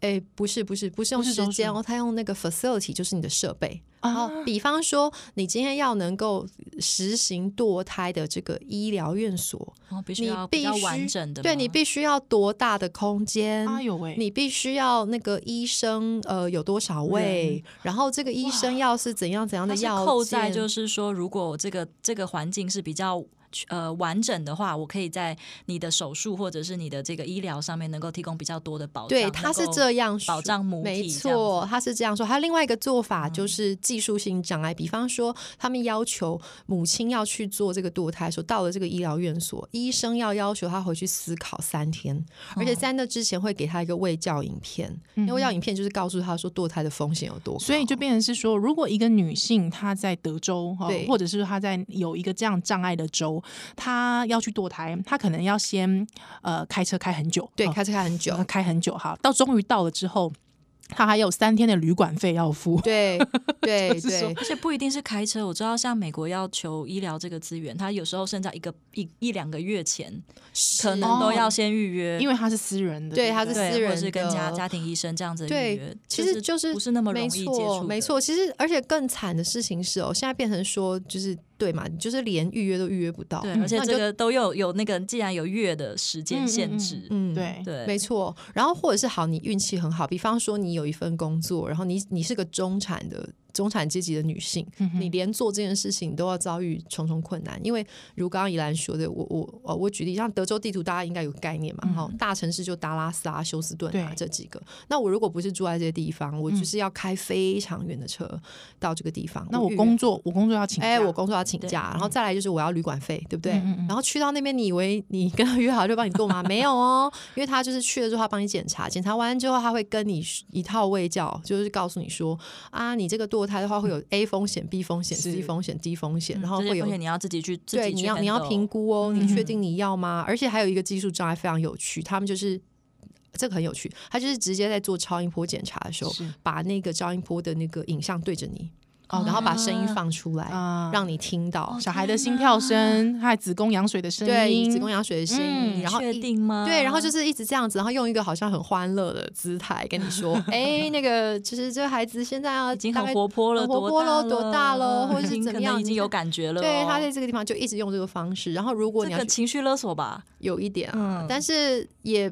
Speaker 3: 哎，不是不是不是用
Speaker 1: 不是
Speaker 3: 时
Speaker 1: 周
Speaker 3: 间
Speaker 1: 数
Speaker 3: 哦，他用那个 facility，就是你的设备。
Speaker 1: 啊
Speaker 3: 好，，比方说，你今天要能够实行堕胎的这个医疗院所，
Speaker 2: 哦，必须
Speaker 3: 你
Speaker 2: 要比
Speaker 3: 必
Speaker 2: 较
Speaker 3: 须
Speaker 2: 完整的吗，
Speaker 3: 对你必须要多大的空间？
Speaker 1: 哎呦喂，
Speaker 3: 嗯你必须要那个医生呃有多少位，然后这个医生要是怎样怎样的
Speaker 2: 它是
Speaker 3: 要
Speaker 2: 扣在
Speaker 3: 件
Speaker 2: 就是说，如果这个这个环境是比较。呃，完整的话，我可以在你的手术或者是你的这个医疗上面能够提供比较多的保障。
Speaker 3: 对，他是这
Speaker 2: 样，
Speaker 3: 样
Speaker 2: 保
Speaker 3: 说
Speaker 2: 障母体
Speaker 3: 没
Speaker 2: 这样子嗯
Speaker 3: 错，他是这样说。还有另外一个做法就是技术性障碍，比方说他们要求母亲要去做这个堕胎的时候，到了这个医疗院所，医生要要求她回去思考三天，而
Speaker 2: 哦
Speaker 3: 且在那之前会给她一个喂教影片，
Speaker 2: 嗯
Speaker 3: 因为喂教影片就是告诉她说堕胎的风险有多高，
Speaker 1: 所以就变成是说，如果一个女性她在德州哈
Speaker 3: 对，
Speaker 1: 或者是说她在有一个这样障碍的州，她要去堕胎，她可能要先呃开车开很久，
Speaker 3: 对
Speaker 1: 哦
Speaker 3: 开车开 很久
Speaker 1: 然后，开很久哈，到终于到了之后，她还有三天的旅馆费要付。
Speaker 3: 对 对
Speaker 1: 就是说
Speaker 3: 对
Speaker 2: 而且不一定是开车。我知道，像美国要求医疗这个资源，它有时候甚至要一个一一两个月前，可能都要先预约，
Speaker 1: 因
Speaker 2: 为
Speaker 1: 为她是私人的，
Speaker 3: 对
Speaker 1: 不
Speaker 3: 她哦是私
Speaker 2: 对，
Speaker 3: 人
Speaker 2: 或者是跟家
Speaker 3: 的
Speaker 2: 家庭医生这样子的预
Speaker 3: 对
Speaker 2: 约，，
Speaker 3: 其实就是
Speaker 2: 不是那么容易
Speaker 3: 没
Speaker 2: 接
Speaker 3: 错
Speaker 2: 触的
Speaker 3: 没错，其实而且更惨的事情是哦，现在变成说就是对嘛，你就是连预约都预约不到，
Speaker 2: 对，
Speaker 1: 嗯
Speaker 2: 而且
Speaker 3: 那你
Speaker 2: 这
Speaker 3: 就
Speaker 2: 个都有有那个，既然有月的时间限制，
Speaker 3: 嗯，
Speaker 1: 对，
Speaker 2: 对，
Speaker 3: 没错，然后或者是好，你运气很好，比方说你有一份工作，然后你你是个中产的中产阶级的女性，
Speaker 1: 嗯
Speaker 3: 你连做这件事情都要遭遇重重困难，因为如刚刚怡兰说的，我我呃我举例，像德州地图大家应该有概念嘛，哈、大城市就达拉斯啊、休斯顿
Speaker 1: 嗯
Speaker 3: 啊
Speaker 1: 对嗯
Speaker 3: 这几个，那我如果不是住在这些地方，我就是要开非常远的车到这个地方，
Speaker 1: 那我
Speaker 3: 预约
Speaker 1: 工作，我工作要请假，
Speaker 3: 哎，我工作要请
Speaker 2: 对嗯
Speaker 3: 假，然后再来就是我要旅馆费，对不对？
Speaker 1: 嗯嗯嗯
Speaker 3: 然后去到那边，你以为你跟他约好就帮你做吗？没有哦，因为他就是去了之后，他帮你检查，检查完之后，他会跟你一套喂教，就是告诉你说啊，你这个堕胎的话会有 A 风险、B 风险、
Speaker 1: 是
Speaker 3: C 风险、D 风险，然后
Speaker 2: 嗯这些
Speaker 3: 会有
Speaker 2: 风险你要自己去，自
Speaker 3: 对，
Speaker 2: 己
Speaker 3: 你
Speaker 2: 去
Speaker 3: 要你要
Speaker 2: handle
Speaker 3: 评估哦，你确
Speaker 1: 嗯
Speaker 3: 定你要吗？而且还有一个技术障碍非常有趣，他们就是。这个很有趣，他就是直接在做超音波检查的时候
Speaker 1: 是，
Speaker 3: 把那个超音波的那个影像对着你，然后把声音放出来，
Speaker 1: 啊
Speaker 3: 让你听到
Speaker 2: 哦
Speaker 1: 小孩的心跳声，还有子宫羊水的声
Speaker 3: 对
Speaker 1: 音，
Speaker 3: 子宫羊水的声音，
Speaker 2: 你
Speaker 3: 然后
Speaker 2: 嗯确
Speaker 3: 一
Speaker 2: 定啊吗？
Speaker 3: 对，然后就是是一直这样子，然后用一个好像很欢乐的姿态跟你 说，哎，那个就是这孩子现在要
Speaker 2: 已经
Speaker 3: 大
Speaker 2: 很
Speaker 3: 概
Speaker 2: 活泼了，
Speaker 3: 很活泼
Speaker 2: 喽，
Speaker 3: 咯多大咯
Speaker 2: 嗯
Speaker 3: 或者是
Speaker 2: 已经
Speaker 3: 怎么
Speaker 2: 可能
Speaker 3: 样
Speaker 2: 已经
Speaker 3: 你
Speaker 2: 有
Speaker 3: 看
Speaker 2: 感觉了哦。
Speaker 3: 对，他在这个地方就一直用这个方式。然后如果你
Speaker 2: 这
Speaker 3: 要
Speaker 2: 个
Speaker 3: 去
Speaker 2: 情绪勒索 吧，
Speaker 3: 有一点啊
Speaker 2: 嗯，
Speaker 3: 但是也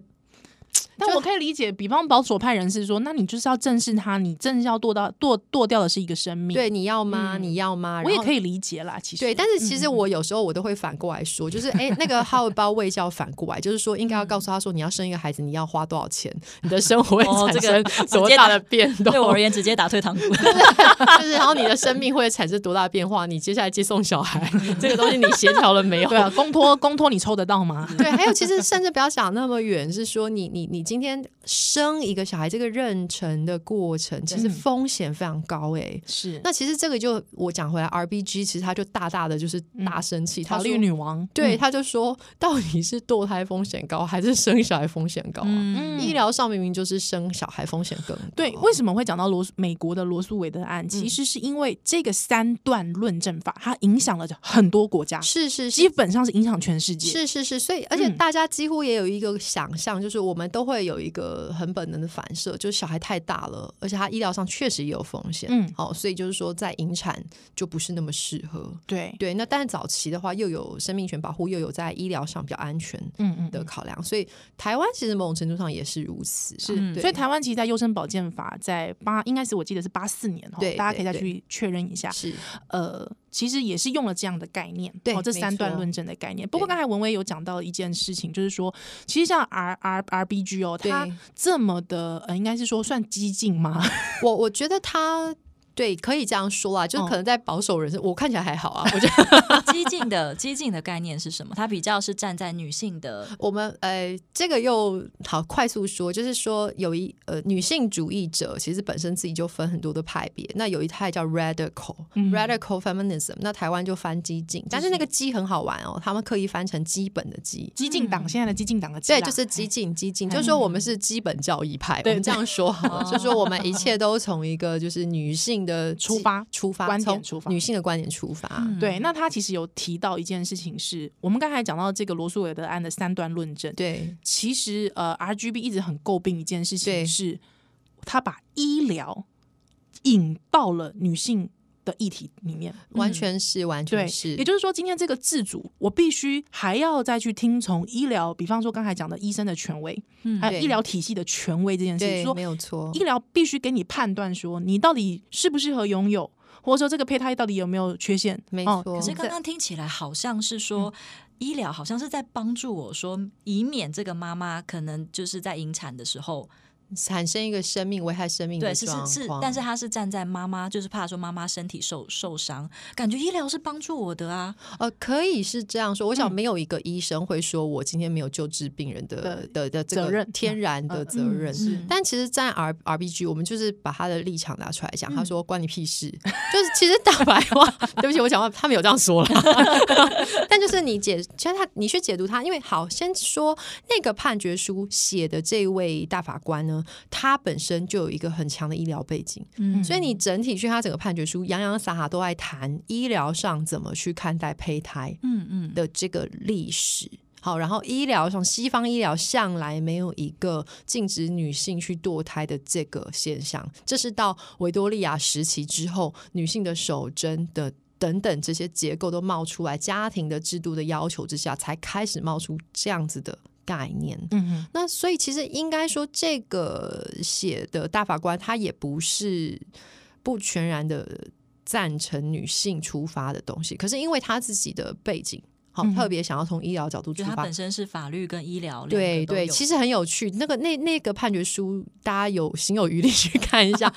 Speaker 1: 但我可以理解，比方保守派人士说，那你就是要正视他，你正是要剁到剁剁掉的是一个生命。
Speaker 3: 对，你要吗？
Speaker 2: 嗯
Speaker 3: 你要吗？
Speaker 1: 我也
Speaker 3: 然后
Speaker 1: 可以理解啦，其实
Speaker 3: 对，但是其实我有时候我都会反过来说，就是哎、那 个 how about 卫教反过来，就是说应该要告诉他说，你要生一个孩子，你要花多少钱，你的生活
Speaker 2: 哦
Speaker 3: 会
Speaker 2: 这
Speaker 3: 产
Speaker 2: 个
Speaker 3: 生
Speaker 2: 直
Speaker 3: 多
Speaker 2: 接
Speaker 3: 大
Speaker 2: 打
Speaker 3: 的变动？
Speaker 2: 对我而言直接打退堂 鼓。
Speaker 3: 就是然后你的生命会产生多大的变化？你接下来接送小孩这个东西，你协调了没有？
Speaker 1: 对啊，公托公托你抽得到吗？
Speaker 3: 对，还有其 实甚至不要想那么远，是说你你你今天生一个小孩这个妊娠的过程，其实
Speaker 1: 嗯
Speaker 3: 风险非常高诶、
Speaker 1: 是
Speaker 3: 那其实这个就我讲回来，RBG 其实他就大大的就是大生气，他
Speaker 1: 法
Speaker 3: 说
Speaker 1: 律女王，
Speaker 3: 对，他就说到底是堕胎风险高还是生小孩风险高啊？
Speaker 2: 嗯，
Speaker 1: 嗯
Speaker 3: 医疗上明明就是生小孩风险更高。啊
Speaker 1: 对，为什么会讲到罗美国的罗素韦德案？
Speaker 3: 嗯
Speaker 1: 其实是因为这个三段论证法，它影响了很多国家，
Speaker 3: 是是
Speaker 1: 基
Speaker 3: 是。
Speaker 1: 本上是影响全世界。
Speaker 3: 是是是，所以而且
Speaker 1: 嗯
Speaker 3: 大家几乎也有一个想象，就是我们都会有一个很本能的反射，就是小孩太大了，而且他医疗上确实也有风险，
Speaker 1: 嗯
Speaker 3: 好、所以就是说在引产就不是那么适合，
Speaker 1: 对，
Speaker 3: 对。那但是早期的话，又有生命权保护，又有在医疗上比较安全
Speaker 1: 嗯嗯，
Speaker 3: 的考量，所以台湾其实某种程度上也是如此啊，
Speaker 1: 是，
Speaker 3: 对
Speaker 1: 所以台湾其实，在优生保健法在八，应该是我记得是八四年哦
Speaker 3: 对，
Speaker 1: 大家可以再
Speaker 3: 对
Speaker 1: 去确认一下。
Speaker 3: 是
Speaker 1: 呃，其实也是用了这样的概念，
Speaker 3: 对
Speaker 1: 哦，这
Speaker 3: 没
Speaker 1: 三段
Speaker 3: 错
Speaker 1: 论证的概念。不过
Speaker 3: 对
Speaker 1: 刚才文威有讲到一件事情，就是说，其实像 R R R B G 哦，它
Speaker 3: 对
Speaker 1: 这么的，呃，应该是说算激进吗？
Speaker 3: 我我觉得他对可以这样说啦，就是
Speaker 1: 嗯
Speaker 3: 可能在保守人士，我看起来还好啊。我觉得
Speaker 2: 激进的激进的概念是什么？它比较是站在女性的
Speaker 3: 我们呃，这个又好快速说，就是说有一呃女性主义者其实本身自己就分很多的派别，那有一派叫 radical、radical
Speaker 1: 嗯
Speaker 3: feminism，那台湾就翻激进，但是那个激很好玩哦，他们刻意翻成基本的激。
Speaker 1: 激进党，现在的激进党的激啦，
Speaker 3: 嗯
Speaker 1: 哎嗯
Speaker 3: 对，就是激进，激进，就是说我们是基本教义派，我
Speaker 1: 对哦
Speaker 3: 们这样说好了，
Speaker 2: 对
Speaker 3: 就是说我们 一切都从一个就是女性的
Speaker 1: 出
Speaker 3: 基
Speaker 1: 发
Speaker 3: 出发，
Speaker 1: 观点
Speaker 3: 从
Speaker 1: 出发嗯
Speaker 3: 女性的观点出发，
Speaker 1: 对。
Speaker 3: 嗯
Speaker 1: 那他其实有提到一件事情是，我们刚才讲到这个罗素韦德案的三段论证，
Speaker 3: 对，
Speaker 1: 其实呃，RGB 一直很诟病一件事
Speaker 3: 对
Speaker 1: 情是，他把医疗引到了女性的议题里面。
Speaker 2: 嗯
Speaker 3: 完全是，完
Speaker 1: 对
Speaker 3: 全，是，
Speaker 1: 也就是说，今天这个自主，我必须还要再去听从医疗，比方说刚才讲的医生的权威，
Speaker 2: 嗯
Speaker 1: 还有
Speaker 3: 嗯对
Speaker 1: 医疗体系的权威这件事情，
Speaker 3: 对，
Speaker 1: 说
Speaker 3: 没有错
Speaker 1: 医。疗必须给你判断说你到底适不适合拥有，或者说这个胚胎到底有没有缺陷，
Speaker 3: 没
Speaker 1: 哦
Speaker 3: 错
Speaker 2: 可是
Speaker 3: 嗯
Speaker 2: 刚
Speaker 3: 这
Speaker 2: 刚听起来好像是说，
Speaker 3: 嗯
Speaker 2: 医疗好像是在帮助我说，以免这个妈妈可能就是在引产的时候，
Speaker 3: 产生一个生命危害生命
Speaker 2: 对，
Speaker 3: 的
Speaker 2: 是
Speaker 3: 嗯状
Speaker 2: 是
Speaker 3: 况，
Speaker 2: 是，但是她是站在妈妈，就是怕说妈妈身体受受伤，感觉医疗是帮助我的啊，
Speaker 3: 呃，可以是这样说。我
Speaker 2: 嗯
Speaker 3: 想没有一个医生会说我今天没有救治病人的
Speaker 1: 的
Speaker 3: 的的这
Speaker 1: 责
Speaker 3: 个
Speaker 1: 任
Speaker 3: 天然的责任。
Speaker 1: 呃是
Speaker 2: 嗯
Speaker 3: 但其实，在 R R B G，我们就是把他的立场拿出来讲，他
Speaker 2: 嗯
Speaker 3: 说关你屁事， 就是其实大白话，对不起，我讲话他们有这样说了， 但就是你解，其实他你去解读他，因为好，先说那个判决书写的这位大法官呢，他本身就有一个很强的医疗背景，
Speaker 2: 嗯
Speaker 3: 所以你整体去他整个判决书，洋洋洒洒都在谈医疗上怎么去看待胚胎
Speaker 2: 嗯嗯，
Speaker 3: 的这个历史。好，然后医疗上，西方医疗向来没有一个禁止女性去堕胎的这个现象，这是到维多利亚时期之后，女性的守贞的等等这些结构都冒出来，家庭的制度的要求之下，才开始冒出这样子的概念。
Speaker 1: 嗯
Speaker 3: 那所以其实应该说，这个写的大法官他也不是不全然的赞成女性出发的东西，可是因为他自己的背景，好、
Speaker 1: 嗯哼
Speaker 3: 特别想要从医疗角度出
Speaker 2: 就它
Speaker 3: 发
Speaker 2: 本。身是法律跟医疗两
Speaker 3: 对
Speaker 2: 个都
Speaker 3: 对，
Speaker 2: 有
Speaker 3: 其实很有趣。那个那那个判决书，大家有心有余力 去看一 下，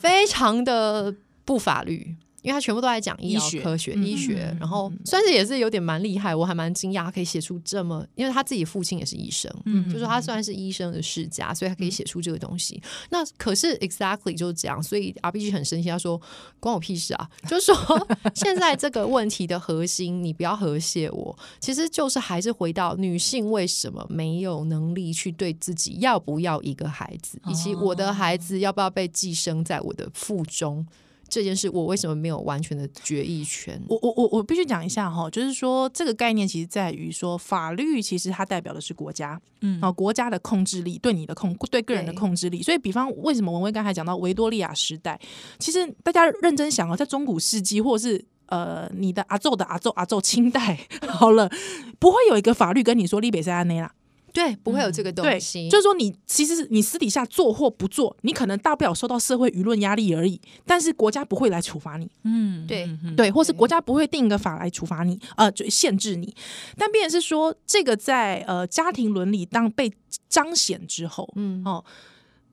Speaker 3: 非常的不法律，因为他全部都在讲医
Speaker 1: 医
Speaker 3: 疗
Speaker 1: 学
Speaker 3: 科学、
Speaker 1: 嗯
Speaker 3: 医学
Speaker 1: 嗯，
Speaker 3: 然后
Speaker 1: 嗯嗯
Speaker 3: 算是也是有点蛮厉害，我还蛮惊讶，他可以写出这么，因为他自己父亲也是医生，
Speaker 1: 嗯
Speaker 3: 就是他虽然是医生的世家，所以他可以写出这个东西。那可是 exactly 就是这样，所以 RPG 很生气，他说关我屁事啊！就是说 现在这个问题的核心，你不要和谐我，其实就是还是回到女性为什么没有能力去对自己要不要一个孩子，以及我的孩子要不要被寄生在我的腹中。这件事，我为什么没有完全的决议权？
Speaker 1: 我我我我必须讲一下哈，就是说这个概念其实在于说，法律其实它代表的是国家，
Speaker 2: 嗯
Speaker 1: 啊，国家的控制力对你的控对个人的
Speaker 3: 对
Speaker 1: 控制力。所以，比方为什么文威刚才讲到维多利亚时代，其实大家认真想哦，在中古世纪或者是。呃，你的阿昼的阿昼阿昼清代好了，不会有一个法律跟你说利北塞安内啦，
Speaker 3: 对，不会有这个东
Speaker 1: 嗯对，
Speaker 3: 西。
Speaker 1: 就是说你其实是你私底下做或不做，你可能大不了受到社会舆论压力而已，但是国家不会来处罚你。
Speaker 2: 嗯
Speaker 3: 对
Speaker 2: 嗯嗯
Speaker 1: 对，或是
Speaker 3: 对
Speaker 1: 国家不会定一个法来处罚你，呃，就限制你。但变成是说，这个在呃家庭伦理当被彰显之后，
Speaker 3: 嗯
Speaker 1: 哦，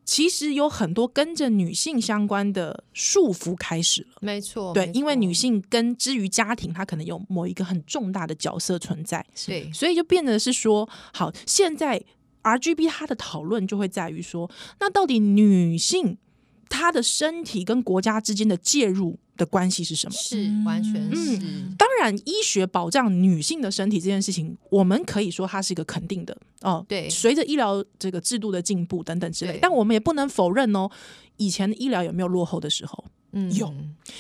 Speaker 1: 其实有很多跟着女性相关的束缚开始了。
Speaker 3: 没错，
Speaker 1: 对
Speaker 3: 哦没，
Speaker 1: 因为
Speaker 3: 错
Speaker 1: 女性跟之于家庭，她可能有某一个很重大的角色存在，
Speaker 3: 对
Speaker 1: 所以就变得是说，好，现在 RGB 它的讨论就会在于说，那到底女性她的身体跟国家之间的介入的关系是什么？
Speaker 3: 是完全
Speaker 1: 嗯
Speaker 3: 是、
Speaker 1: 当然，医学保障女性的身体这件事情，我们可以说它是一个肯定的哦。
Speaker 3: 对
Speaker 1: 随着医疗这个制度的进步等等之类
Speaker 3: 对，
Speaker 1: 但我们也不能否认哦，以前的医疗有没有落后的时候？
Speaker 3: 嗯
Speaker 1: 有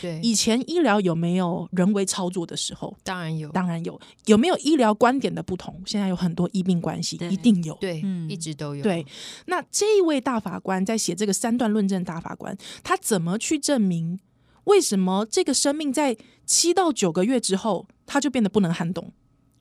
Speaker 3: 对，
Speaker 1: 以前医疗有没有人为操作的时候？
Speaker 3: 当然有，
Speaker 1: 当然有。有没有医疗观点的不同？现在有很多医病关系，
Speaker 2: 对
Speaker 1: 一定有。
Speaker 3: 对、
Speaker 2: 嗯
Speaker 3: 一直都有，
Speaker 1: 对，那这一位大法官在写这个三段论证大法官，他怎么去证明为什么这个生命在七到九个月之后，他就变得不能撼动？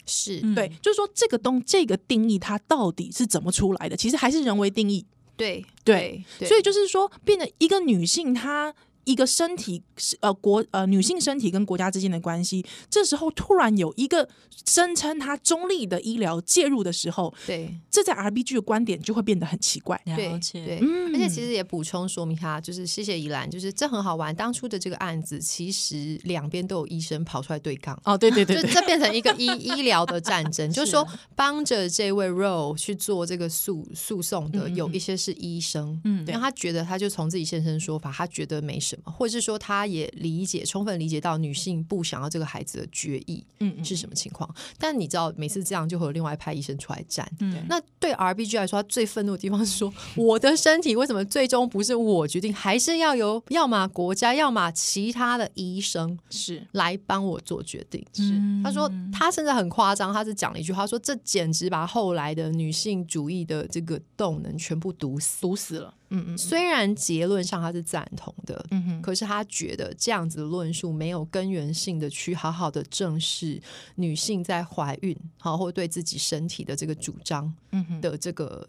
Speaker 3: 是，
Speaker 2: 嗯
Speaker 1: 对，就是说这个东这个定义它到底是怎么出来的？其实还是人为定义，
Speaker 3: 对
Speaker 1: 对
Speaker 3: 对，
Speaker 1: 所以就是说，变得一个女性她。一个身体是呃国呃女性身体跟国家之间的关系，这时候突然有一个声称她中立的医疗介入的时候，
Speaker 3: 对
Speaker 1: 这在 RBG 的观点就会变得很奇怪。
Speaker 2: 了
Speaker 3: 对
Speaker 2: 解，
Speaker 3: 对，
Speaker 1: 嗯
Speaker 3: 而且其实也补充说明一下，就是谢谢宜兰，就是这很好玩。当初的这个案子，其实两边都有医生跑出来对抗。
Speaker 1: 哦，对 对
Speaker 3: 就这变成一个医医疗的战 争，就是说帮着这位 Roe 去做这个诉诉讼
Speaker 1: 嗯
Speaker 3: 的，有一些是医生，
Speaker 2: 嗯
Speaker 3: 因为他觉得他就从自己现身说法，他觉得没什么，或者是说他也理解充分理解到女性不想要这个孩子的决议
Speaker 1: 嗯嗯
Speaker 3: 是什么情况，但你知道每次这样就会有另外一派医生出来站，
Speaker 2: 嗯
Speaker 3: 那对 RBG 来说，他最愤怒的地方是说，我的身体为什么最终不是我决定，还是要由要么国家，要么其他的医生
Speaker 1: 是
Speaker 3: 来帮我做决定？
Speaker 2: 嗯
Speaker 3: 他说，他甚至很夸张，他是讲了一句话，说这简直把后来的女性主义的这个动能全部堵死。
Speaker 1: 毒死了。嗯嗯
Speaker 3: 虽然结论上他是赞同的，
Speaker 1: 嗯哼，
Speaker 3: 可是他觉得这样子的论述没有根源性的去好好的正视女性在怀孕，好或对自己身体的这个主张
Speaker 1: 嗯哼
Speaker 3: 的这个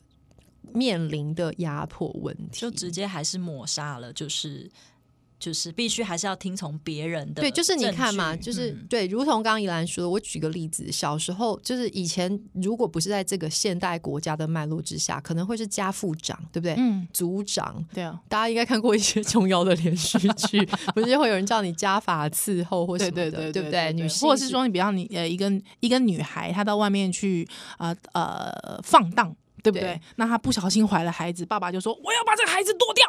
Speaker 3: 面临的压迫问题，
Speaker 2: 就直接还是抹杀了，就是就是必须还是要听从别人的证据。
Speaker 3: 对，就是你看嘛，就是、
Speaker 2: 嗯
Speaker 3: 对，如同刚刚怡兰说的，我举个例子，小时候就是以前如果不是在这个现代国家的脉络之下，可能会是家父长，对不对？
Speaker 1: 嗯，
Speaker 3: 族长，
Speaker 1: 对啊，
Speaker 3: 大家应该看过一些 琼瑶的连续剧，不是会有人叫你加法伺候或什
Speaker 1: 对对
Speaker 3: 么的，
Speaker 1: 对
Speaker 3: 不
Speaker 1: 对？
Speaker 3: 对？女性
Speaker 1: 或者是说，你比方你呃，一个一个女孩，她到外面去呃呃放荡，对不对？
Speaker 3: 对
Speaker 1: 那她不小心怀了孩子，爸爸就说我要把这个孩子剁掉，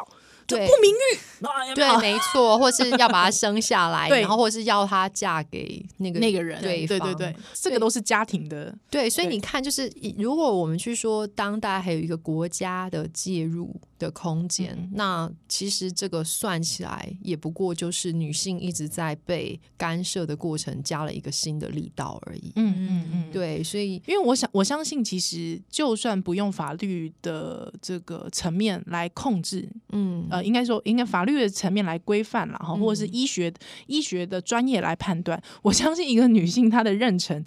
Speaker 1: 就
Speaker 3: 对
Speaker 1: 不名誉啊，有没
Speaker 3: 对，
Speaker 1: 有？
Speaker 3: 没错，或是要把她生下来，
Speaker 1: 对
Speaker 3: 然后或是要她嫁给那个
Speaker 1: 那个人，对对
Speaker 3: 对方
Speaker 1: 对，这个
Speaker 3: 对
Speaker 1: 都是家庭的，
Speaker 3: 对，所以
Speaker 1: 对
Speaker 3: 你看，就是以如果我们去说当代还有一个国家的介入的空间。
Speaker 1: 嗯
Speaker 3: 那其实这个算起来，也不过就是女性一直在被干涉的过程加了一个新的力道而已。
Speaker 1: 嗯嗯嗯，
Speaker 3: 对，所以
Speaker 1: 因为我想，我相信，其实就算不用法律的这个层面来控制，
Speaker 3: 嗯
Speaker 1: 呃，应该说，应该法律的层面来规范了哈，或者是医学、医学的专业来判断。我相信一个女性她的妊娠，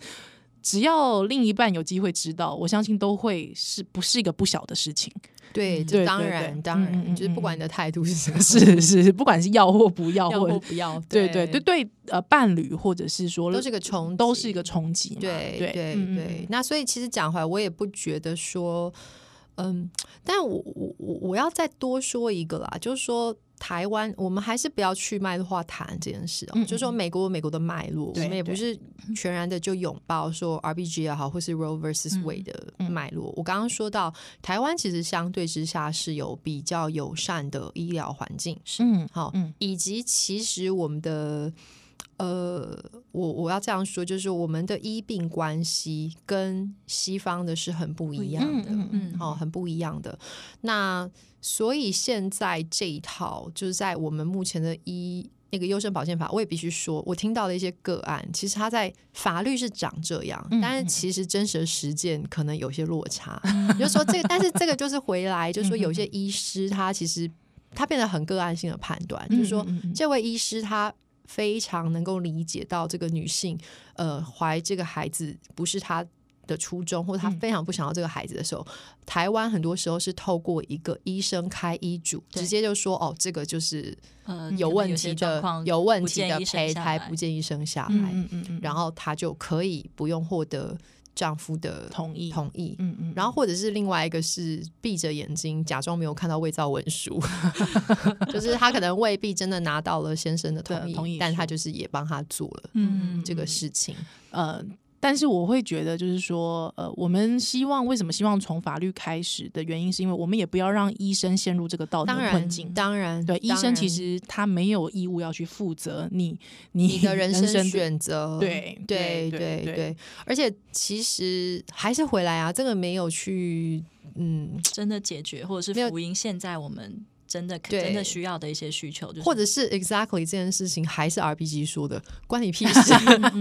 Speaker 1: 只要另一半有机会知道，我相信都会是不是一个不小的事 情。
Speaker 3: 对，
Speaker 1: 对
Speaker 3: 这当
Speaker 1: 对对
Speaker 3: 然当然，
Speaker 1: 嗯嗯嗯
Speaker 3: 就是不管你的态度是什么，
Speaker 1: 是是，不管是要或不要，
Speaker 3: 要
Speaker 1: 或
Speaker 3: 或
Speaker 1: 者
Speaker 3: 不要，
Speaker 1: 对对对对，呃，伴侣或者是说
Speaker 3: 都是个冲，
Speaker 1: 都是一个。冲击嘛。
Speaker 3: 对
Speaker 1: 对
Speaker 3: 对
Speaker 1: 嗯嗯
Speaker 3: 对
Speaker 1: 嗯，
Speaker 3: 那所以其实讲回来，我也不觉得说，嗯，但我我我我要再多说一个啦，就是说台湾，我们还是不要去脉络化谈这件事哦、
Speaker 1: 嗯嗯
Speaker 3: 就是说美国有美国的脉络，我
Speaker 1: 对
Speaker 3: 们也不
Speaker 1: 对
Speaker 3: 是全然的就拥抱说 RBG 也好，或是 Roe versus
Speaker 2: 嗯
Speaker 3: Wade 的脉络。我刚刚说到台湾其实相对之下是有比较友善的医疗环境，
Speaker 1: 嗯
Speaker 3: 好，
Speaker 1: 嗯
Speaker 3: 以及其实我们的呃，我我要这样说，就是我们的医病关系跟西方的是很不一样
Speaker 1: 嗯
Speaker 3: 的，
Speaker 1: 嗯嗯
Speaker 2: 嗯
Speaker 3: 哦，很不一样的。那所以现在这一套就是在我们目前的医。那个优胜保健法，我也必须说，我听到的一些个案，其实它在法律是长这样，
Speaker 1: 嗯
Speaker 3: 但是
Speaker 1: 嗯
Speaker 3: 其实真实的实践可能有些落差。你就说这个，但是这个就是回来，
Speaker 1: 嗯
Speaker 3: 就是说有些医师他其实他变得很个案性的判断，就是说
Speaker 1: 嗯嗯嗯嗯
Speaker 3: 这位医师他非常能够理解到这个女性，呃，怀这个孩子不是她的初衷，或者她
Speaker 1: 嗯
Speaker 3: 非常不想要这个孩子的时候，台湾很多时候是透过一个医生开医嘱，
Speaker 2: 对
Speaker 3: 直接就说哦，这个就是
Speaker 2: 呃
Speaker 1: 嗯
Speaker 3: 有问题的、有问题的胚胎不
Speaker 2: 不
Speaker 3: 建议生下
Speaker 1: 嗯
Speaker 3: 来，
Speaker 1: 嗯嗯嗯，
Speaker 3: 然
Speaker 1: 后
Speaker 3: 后她就可以不用获得丈夫的
Speaker 1: 同意，
Speaker 3: 同意。
Speaker 1: 嗯嗯，
Speaker 3: 然后或者是另外一个是闭着眼睛假装没有看到伪造文书， 就是他可能未必真的拿到了先生的同意，
Speaker 1: 的同意书
Speaker 3: 但他就是也帮他做了
Speaker 1: 嗯嗯
Speaker 3: 这个事情。
Speaker 1: 呃，但是我会觉得，就是说，呃，我们希望为什么希望从法律开始的原因，是因为我们也不要让医生陷入这个道德
Speaker 3: 当
Speaker 1: 哦困
Speaker 3: 然，
Speaker 1: 境。
Speaker 3: 当然，
Speaker 1: 对，医
Speaker 3: 当
Speaker 1: 生
Speaker 3: 然
Speaker 1: 其实他没有义务要去负责你你
Speaker 3: 你的人
Speaker 1: 生
Speaker 3: 生
Speaker 1: 的
Speaker 3: 选择，
Speaker 1: 对对
Speaker 3: 对对
Speaker 1: 对对
Speaker 3: 对，而且其实还是回来啊，这个没有去嗯
Speaker 2: 真的解决，或者
Speaker 3: 没有
Speaker 2: 是福音现在我们真的
Speaker 3: 对
Speaker 2: 真的需要的一些需求，就是
Speaker 3: 或者是 exactly 这件事情还是 RPG 说的，关你 屁事？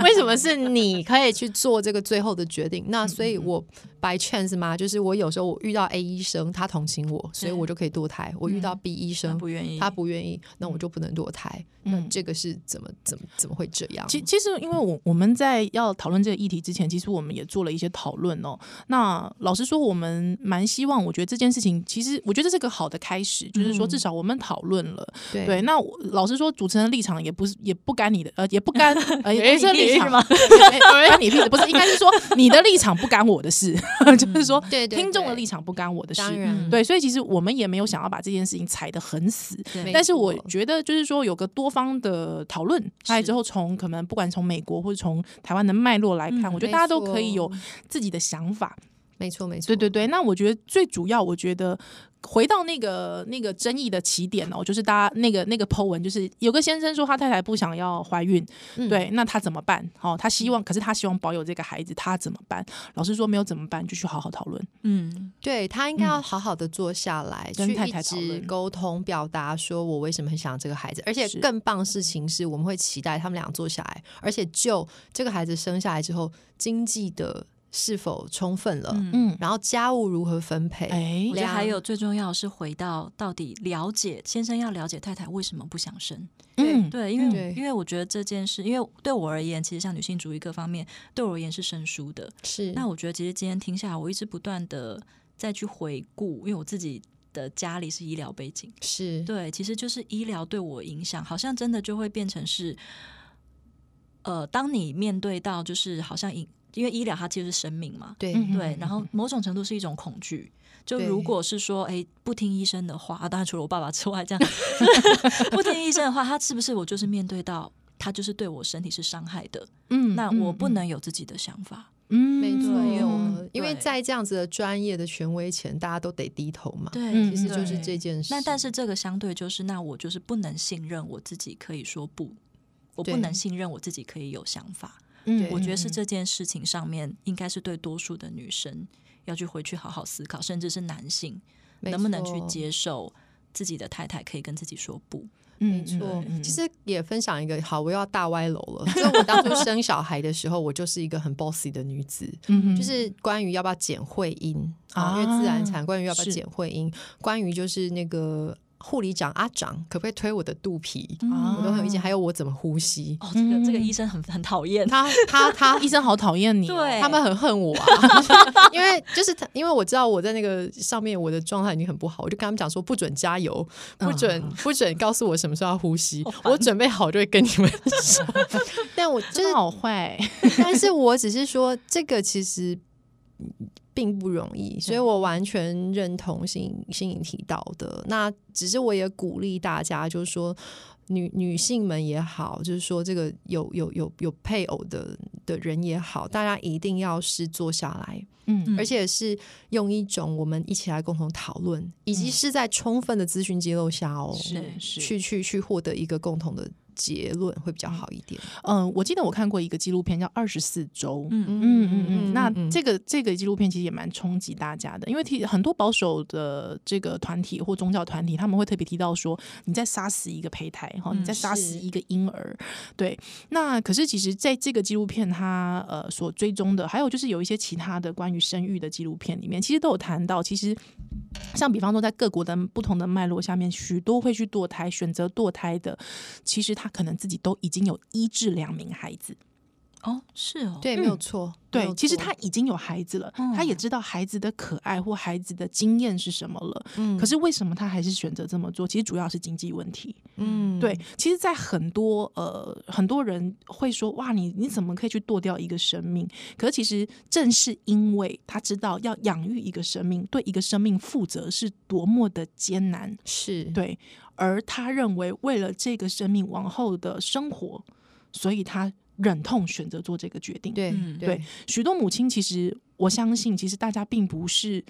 Speaker 3: 为什么是你可以去做这个最后的决定？那所以我 by chance 嘛，就是我有时候我遇到 A 医生，他同情我，所以我就可以堕胎；我遇到 B 医
Speaker 2: 他
Speaker 3: 生，
Speaker 2: 不愿意，
Speaker 3: 他不愿意，那我就不能堕胎。那
Speaker 1: 嗯
Speaker 3: 这个是怎么怎么怎么会这样？
Speaker 1: 其其实，因为我我们在要讨论这个议题之前，其实我们也做了一些讨论哦。那老实说，我们蛮希望，我觉得这件事情，其实我觉得这是个好的开始，就是
Speaker 3: 嗯
Speaker 1: 说至少我们讨论了。
Speaker 3: 对
Speaker 1: 对，那我老实说，主持人的立场也不是也不干你的，呃，也不 干呃，也不是立场
Speaker 2: 吗？
Speaker 1: 对没干你屁事，不是应该是说你的立场不干我的事， 就是说
Speaker 3: 嗯对对
Speaker 1: 听众的
Speaker 3: 对
Speaker 1: 立场不干我的事。
Speaker 3: 当然，
Speaker 1: 对，所以其实我们也没有想要把这件事情踩得很死，
Speaker 2: 对
Speaker 1: 但是我
Speaker 3: 没错
Speaker 1: 觉得就是说有个多方的讨论，还有之后从可能不管从美国或者从台湾的脉络来看，
Speaker 2: 嗯
Speaker 1: 我觉得
Speaker 3: 没
Speaker 1: 大家都可以有
Speaker 3: 错
Speaker 1: 自己的想法。
Speaker 3: 没错没错，
Speaker 1: 对对对，那我觉得最主要，我觉得回到那个那个争议的起点哦，就是大家那个那个 Po 文，就是有个先生说他太太不想要怀孕，
Speaker 3: 嗯
Speaker 1: 对，那他怎么办？哦，他
Speaker 2: 嗯
Speaker 1: 希望，可是他希望保有这个孩子，他怎么办？老师说没有怎么办，就去好好讨论。
Speaker 2: 嗯，
Speaker 3: 对他应该要好好的坐下来，
Speaker 1: 跟
Speaker 3: 去
Speaker 1: 太
Speaker 3: 一
Speaker 1: 太讨
Speaker 3: 直
Speaker 1: 论
Speaker 3: 沟通，表达说我为什么很想这个孩子，而且
Speaker 1: 是
Speaker 3: 更棒的事情是我们会期待他们俩坐下来，而且就这个孩子生下来之后，经济的是否充分了，
Speaker 1: 嗯，
Speaker 3: 然后家务如何分配，
Speaker 1: 哎
Speaker 2: 我觉得还
Speaker 3: 两
Speaker 2: 有最重要的是回到到底了解先生要了解太太为什么不想生，
Speaker 1: 嗯，
Speaker 2: 对，因为、
Speaker 3: 对
Speaker 2: 因为我觉得这件事，因为对我而言，其实像女性主义各方面对我而言是生疏的。
Speaker 3: 是
Speaker 2: 那我觉得其实今天听下来，我一直不断的再去回顾，因为我自己的家里是医疗背景，
Speaker 3: 是
Speaker 2: 对，其实就是医疗对我影响，好像真的就会变成是，呃，当你面对到就是好像因因为医疗它其实是生命嘛，
Speaker 3: 对
Speaker 1: 嗯
Speaker 2: 对，然后某种程度是一种恐惧。就
Speaker 3: 对
Speaker 2: 如果是说，哎，不听医生的话，啊、当然除了我爸爸之外，这样 不听医生的话，他是不是我就是面对到他就是对我身体是伤害的？
Speaker 1: 嗯
Speaker 2: 那我不，能有自己的想法。
Speaker 1: 嗯，
Speaker 3: 没错
Speaker 2: 对因为我们，
Speaker 3: 因为
Speaker 2: 对
Speaker 3: 在这样子的专业的权威前，大家都得低头嘛，
Speaker 2: 对，嗯
Speaker 3: 其实就是
Speaker 2: 对
Speaker 3: 这件事。
Speaker 2: 那但是这个相对就是，那我就是不能信任我自己，可以说不，我
Speaker 3: 对
Speaker 2: 不能信任我自己可以有想法。
Speaker 1: 嗯
Speaker 2: 我觉得是这件事情上面，应该是对多数的女生要去回去好好思考，甚至是男性
Speaker 3: 没
Speaker 2: 能不能去
Speaker 3: 错
Speaker 2: 接受自己的太太可以跟自己说不？
Speaker 1: 没
Speaker 3: 错，
Speaker 1: 嗯
Speaker 3: 其实也分享一个，好，我又要大歪楼了。就是我当初生小孩的时候，我就是一个很 bossy 的女子，
Speaker 1: 嗯
Speaker 3: 就是关于要不要剪会阴
Speaker 1: 啊
Speaker 3: 啊，因为自然产，关于要不
Speaker 1: 是
Speaker 3: 要剪会阴，关于就是那个护理长阿长可不可以推我的肚皮，我都很有意见，还有我怎么呼吸，
Speaker 2: 哦，这个这个医生很很讨厌，
Speaker 3: 他他他
Speaker 1: 医生好讨厌你哦，
Speaker 2: 对
Speaker 3: 他们很恨我啊，因为就是他，因为我知道我在那个上面我的状态已经很不好，我就跟他们讲说不准加油，不准、不准告诉我什么时候要呼吸，我准备好就会跟你们说。但我就
Speaker 1: 真
Speaker 3: 是
Speaker 1: 的，好坏，
Speaker 3: 但是我只是说这个其实。并不容易，所以
Speaker 1: 嗯
Speaker 3: 我完全认同新新颖提到的。那只是我也鼓励大家，就是说女女性们也好，就是说这个有有有有配偶的的人也好，大家一定要是坐下来，
Speaker 1: 嗯
Speaker 3: 而且是用一种我们一起来共同讨论，以及是在充分的资讯揭露下哦，
Speaker 1: 嗯是是
Speaker 3: 去去去获得一个共同的结论会比较好一点。
Speaker 1: 嗯，我记得我看过一个纪录片叫《二十四周》。嗯
Speaker 2: 嗯
Speaker 1: 嗯嗯，那
Speaker 3: 嗯
Speaker 1: 这个这个纪录片其实也蛮冲击大家的，因为提很多保守的这个团体或宗教团体，他们会特别提到说，你在杀死一个胚胎，哈，你在杀死
Speaker 3: 是
Speaker 1: 一个婴儿，对。那可是其实在这个纪录片它呃所追踪的，还有就是有一些其他的关于生育的纪录片里面，其实都有谈到，其实像比方说在各国的不同的脉络下面，许多会去堕胎、选择堕胎的，其实他可能自己都已经有一至两名孩子。
Speaker 2: 哦，是哦，
Speaker 3: 对，没有错。没
Speaker 1: 嗯对，
Speaker 3: 有
Speaker 1: 其实
Speaker 3: 错
Speaker 1: 他已经有孩子了，他
Speaker 3: 嗯
Speaker 1: 也知道孩子的可爱或孩子的经验是什么了。
Speaker 3: 嗯
Speaker 1: 可是为什么他还是选择这么做？其实主要是经济问题。
Speaker 3: 嗯
Speaker 1: 对，其实，在很多呃很多人会说，哇，你你怎么可以去剁掉一个生命？可是其实正是因为他知道要养育一个生命，对一个生命负责是多么的艰难，
Speaker 3: 是
Speaker 1: 对，而他认为为了这个生命往后的生活，所以他忍痛选择做这个决定。
Speaker 3: 对
Speaker 2: 嗯
Speaker 1: 对，许多母亲其实我相信，其实大家并不是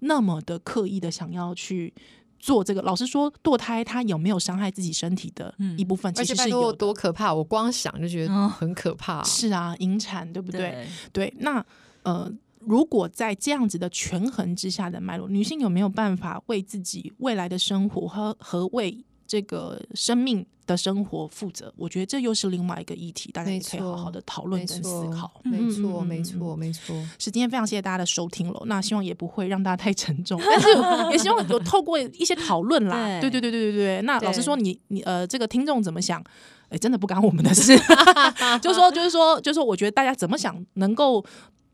Speaker 1: 那么的刻意的想要去。做这个，老实说，堕胎它有没有伤害自己身体的
Speaker 2: 嗯
Speaker 1: 一部分，
Speaker 3: 而
Speaker 1: 其
Speaker 3: 且
Speaker 1: 实
Speaker 3: 拜
Speaker 1: 是
Speaker 3: 托
Speaker 1: 有
Speaker 3: 我
Speaker 1: 的
Speaker 3: 多可怕，我光想就觉得
Speaker 2: 嗯
Speaker 3: 很可怕。
Speaker 1: 是啊，引产对不对？
Speaker 2: 对，
Speaker 1: 对，那呃，如果在这样子的权衡之下的脉络，女性有没有办法为自己未来的生活和和为这个生命的生活负责？我觉得这又是另外一个议题，大家也
Speaker 3: 没
Speaker 1: 可以好好
Speaker 3: 错
Speaker 1: 的讨论
Speaker 3: 没
Speaker 1: 跟思
Speaker 3: 错
Speaker 1: 考，。
Speaker 3: 没错，
Speaker 1: 嗯
Speaker 3: 没。错，没错。
Speaker 1: 是今天非常谢谢大家的收听喽，那希望也不会让大家太沉重，但是 也希望有透过一些讨论啦，对
Speaker 2: 对
Speaker 1: 对对对对对。那
Speaker 3: 对
Speaker 1: 老实说你，你呃，这个听众怎么想？哎，真的不干我们的事， 就是说就是说就是说，我觉得大家怎么想能够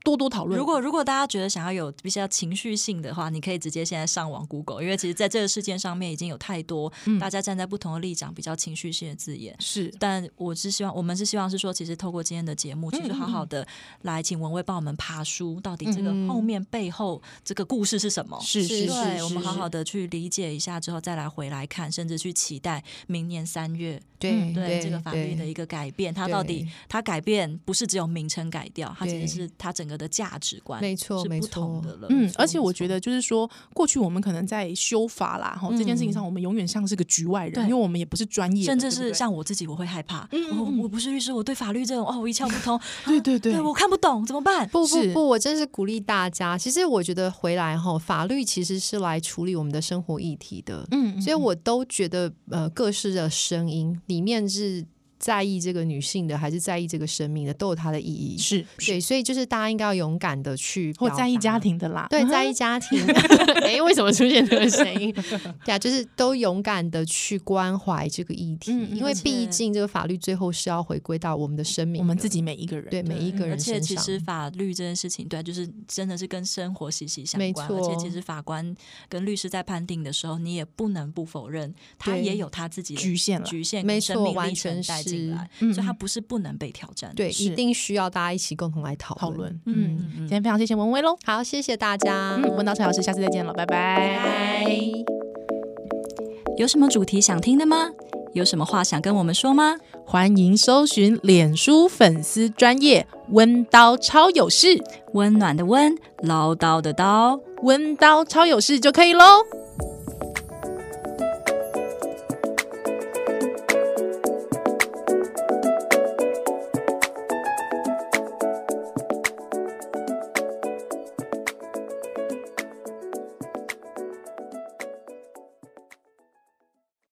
Speaker 1: 多多讨论。
Speaker 2: 如果如果大家觉得想要有比较情绪性的话，你可以直接现在上网 Google，因为其实在这个事件上面已经有太多、
Speaker 1: 嗯
Speaker 2: 大家站在不同的立场比较情绪性的字眼。
Speaker 1: 是
Speaker 2: 但我是希望，我们是希望是说，其实透过今天的节
Speaker 1: 嗯
Speaker 2: 目，其实好好的来请文蔚帮我们爬书，到底这个后面背后这个故事是什么？
Speaker 1: 嗯是是
Speaker 3: 是
Speaker 2: 对，
Speaker 1: 是，
Speaker 2: 我们好好的去理解一下之后，再来回来看，甚至去期待明年三月
Speaker 3: 对
Speaker 2: 对这个法律的
Speaker 3: 对
Speaker 2: 一个改变，它到底
Speaker 3: 对
Speaker 2: 它改变不是只有名称改掉，它其
Speaker 3: 对
Speaker 2: 实是它整个的价值观
Speaker 3: 没错
Speaker 2: 是
Speaker 3: 没
Speaker 2: 不同
Speaker 3: 错
Speaker 2: 的了。
Speaker 1: 嗯，而且我觉得就是说，过去我们可能在修法啦，哈，这件事情上我们永远像是个局外人，
Speaker 2: 对
Speaker 1: 因为我们也不是专业的，
Speaker 2: 甚至
Speaker 1: 对不
Speaker 2: 是
Speaker 1: 对
Speaker 2: 像我自己，我会害怕。哦
Speaker 1: 嗯嗯
Speaker 2: 我我不是律师，我对法律这种哦，我一窍不 通。
Speaker 1: 对对对
Speaker 2: 对，我看不懂怎么办？
Speaker 3: 不
Speaker 1: 是
Speaker 3: 不不，我真是鼓励大家。其实我觉得回来后，法律其实是来处理我们的生活议题的。
Speaker 1: 嗯，
Speaker 3: 所以我都觉得，呃，各式的声音里面是在意这个女性的，还是在意这个生命的，都有它的意义。
Speaker 1: 是是，
Speaker 3: 对，所以就是大家应该要勇敢的去
Speaker 1: 或
Speaker 3: 表
Speaker 1: 在意
Speaker 3: 达
Speaker 1: 家庭的啦，
Speaker 3: 对，
Speaker 1: 嗯
Speaker 3: 在意家庭。 哎、为什么出现这个声音？ 对啊，就是都勇敢的去关怀这个议题，
Speaker 1: 嗯嗯
Speaker 3: 因为
Speaker 1: 而且
Speaker 3: 毕竟这个法律最后是要回归到我们的生命的，
Speaker 1: 我们自己每一个人，
Speaker 3: 对每一个
Speaker 2: 而
Speaker 3: 人
Speaker 2: 且
Speaker 3: 身
Speaker 2: 其
Speaker 3: 上。
Speaker 2: 实法律这件事情，对，啊就是真的是跟生活息息相
Speaker 3: 没
Speaker 2: 关。而且
Speaker 3: 错
Speaker 2: 其实法官跟律师在判定的时候，你也不能不否认，他
Speaker 3: 对
Speaker 2: 也有他自己的
Speaker 1: 局限了
Speaker 2: 局限
Speaker 3: 没
Speaker 2: 跟
Speaker 3: 错
Speaker 2: 生命
Speaker 3: 完
Speaker 2: 历程
Speaker 3: 全
Speaker 2: 带
Speaker 3: 是
Speaker 2: 进来，
Speaker 1: 嗯
Speaker 2: 所以他
Speaker 1: 嗯
Speaker 2: 不是不能被挑战的。
Speaker 3: 对，一
Speaker 1: 是
Speaker 3: 定需要大家一起共同来讨
Speaker 1: 讨论。
Speaker 2: 嗯，
Speaker 1: 嗯，
Speaker 2: 嗯嗯
Speaker 1: 今天非常谢谢文威喽，
Speaker 3: 好，谢谢大家，
Speaker 1: 嗯，文道陈老师，下次再见了，拜拜。
Speaker 2: 有什么主题想听的吗？有什么话想跟我们说吗？
Speaker 1: 欢迎搜寻脸书粉丝专业温刀超有事，
Speaker 2: 温暖的温，唠叨的叨。
Speaker 1: 温刀超有事就可以喽。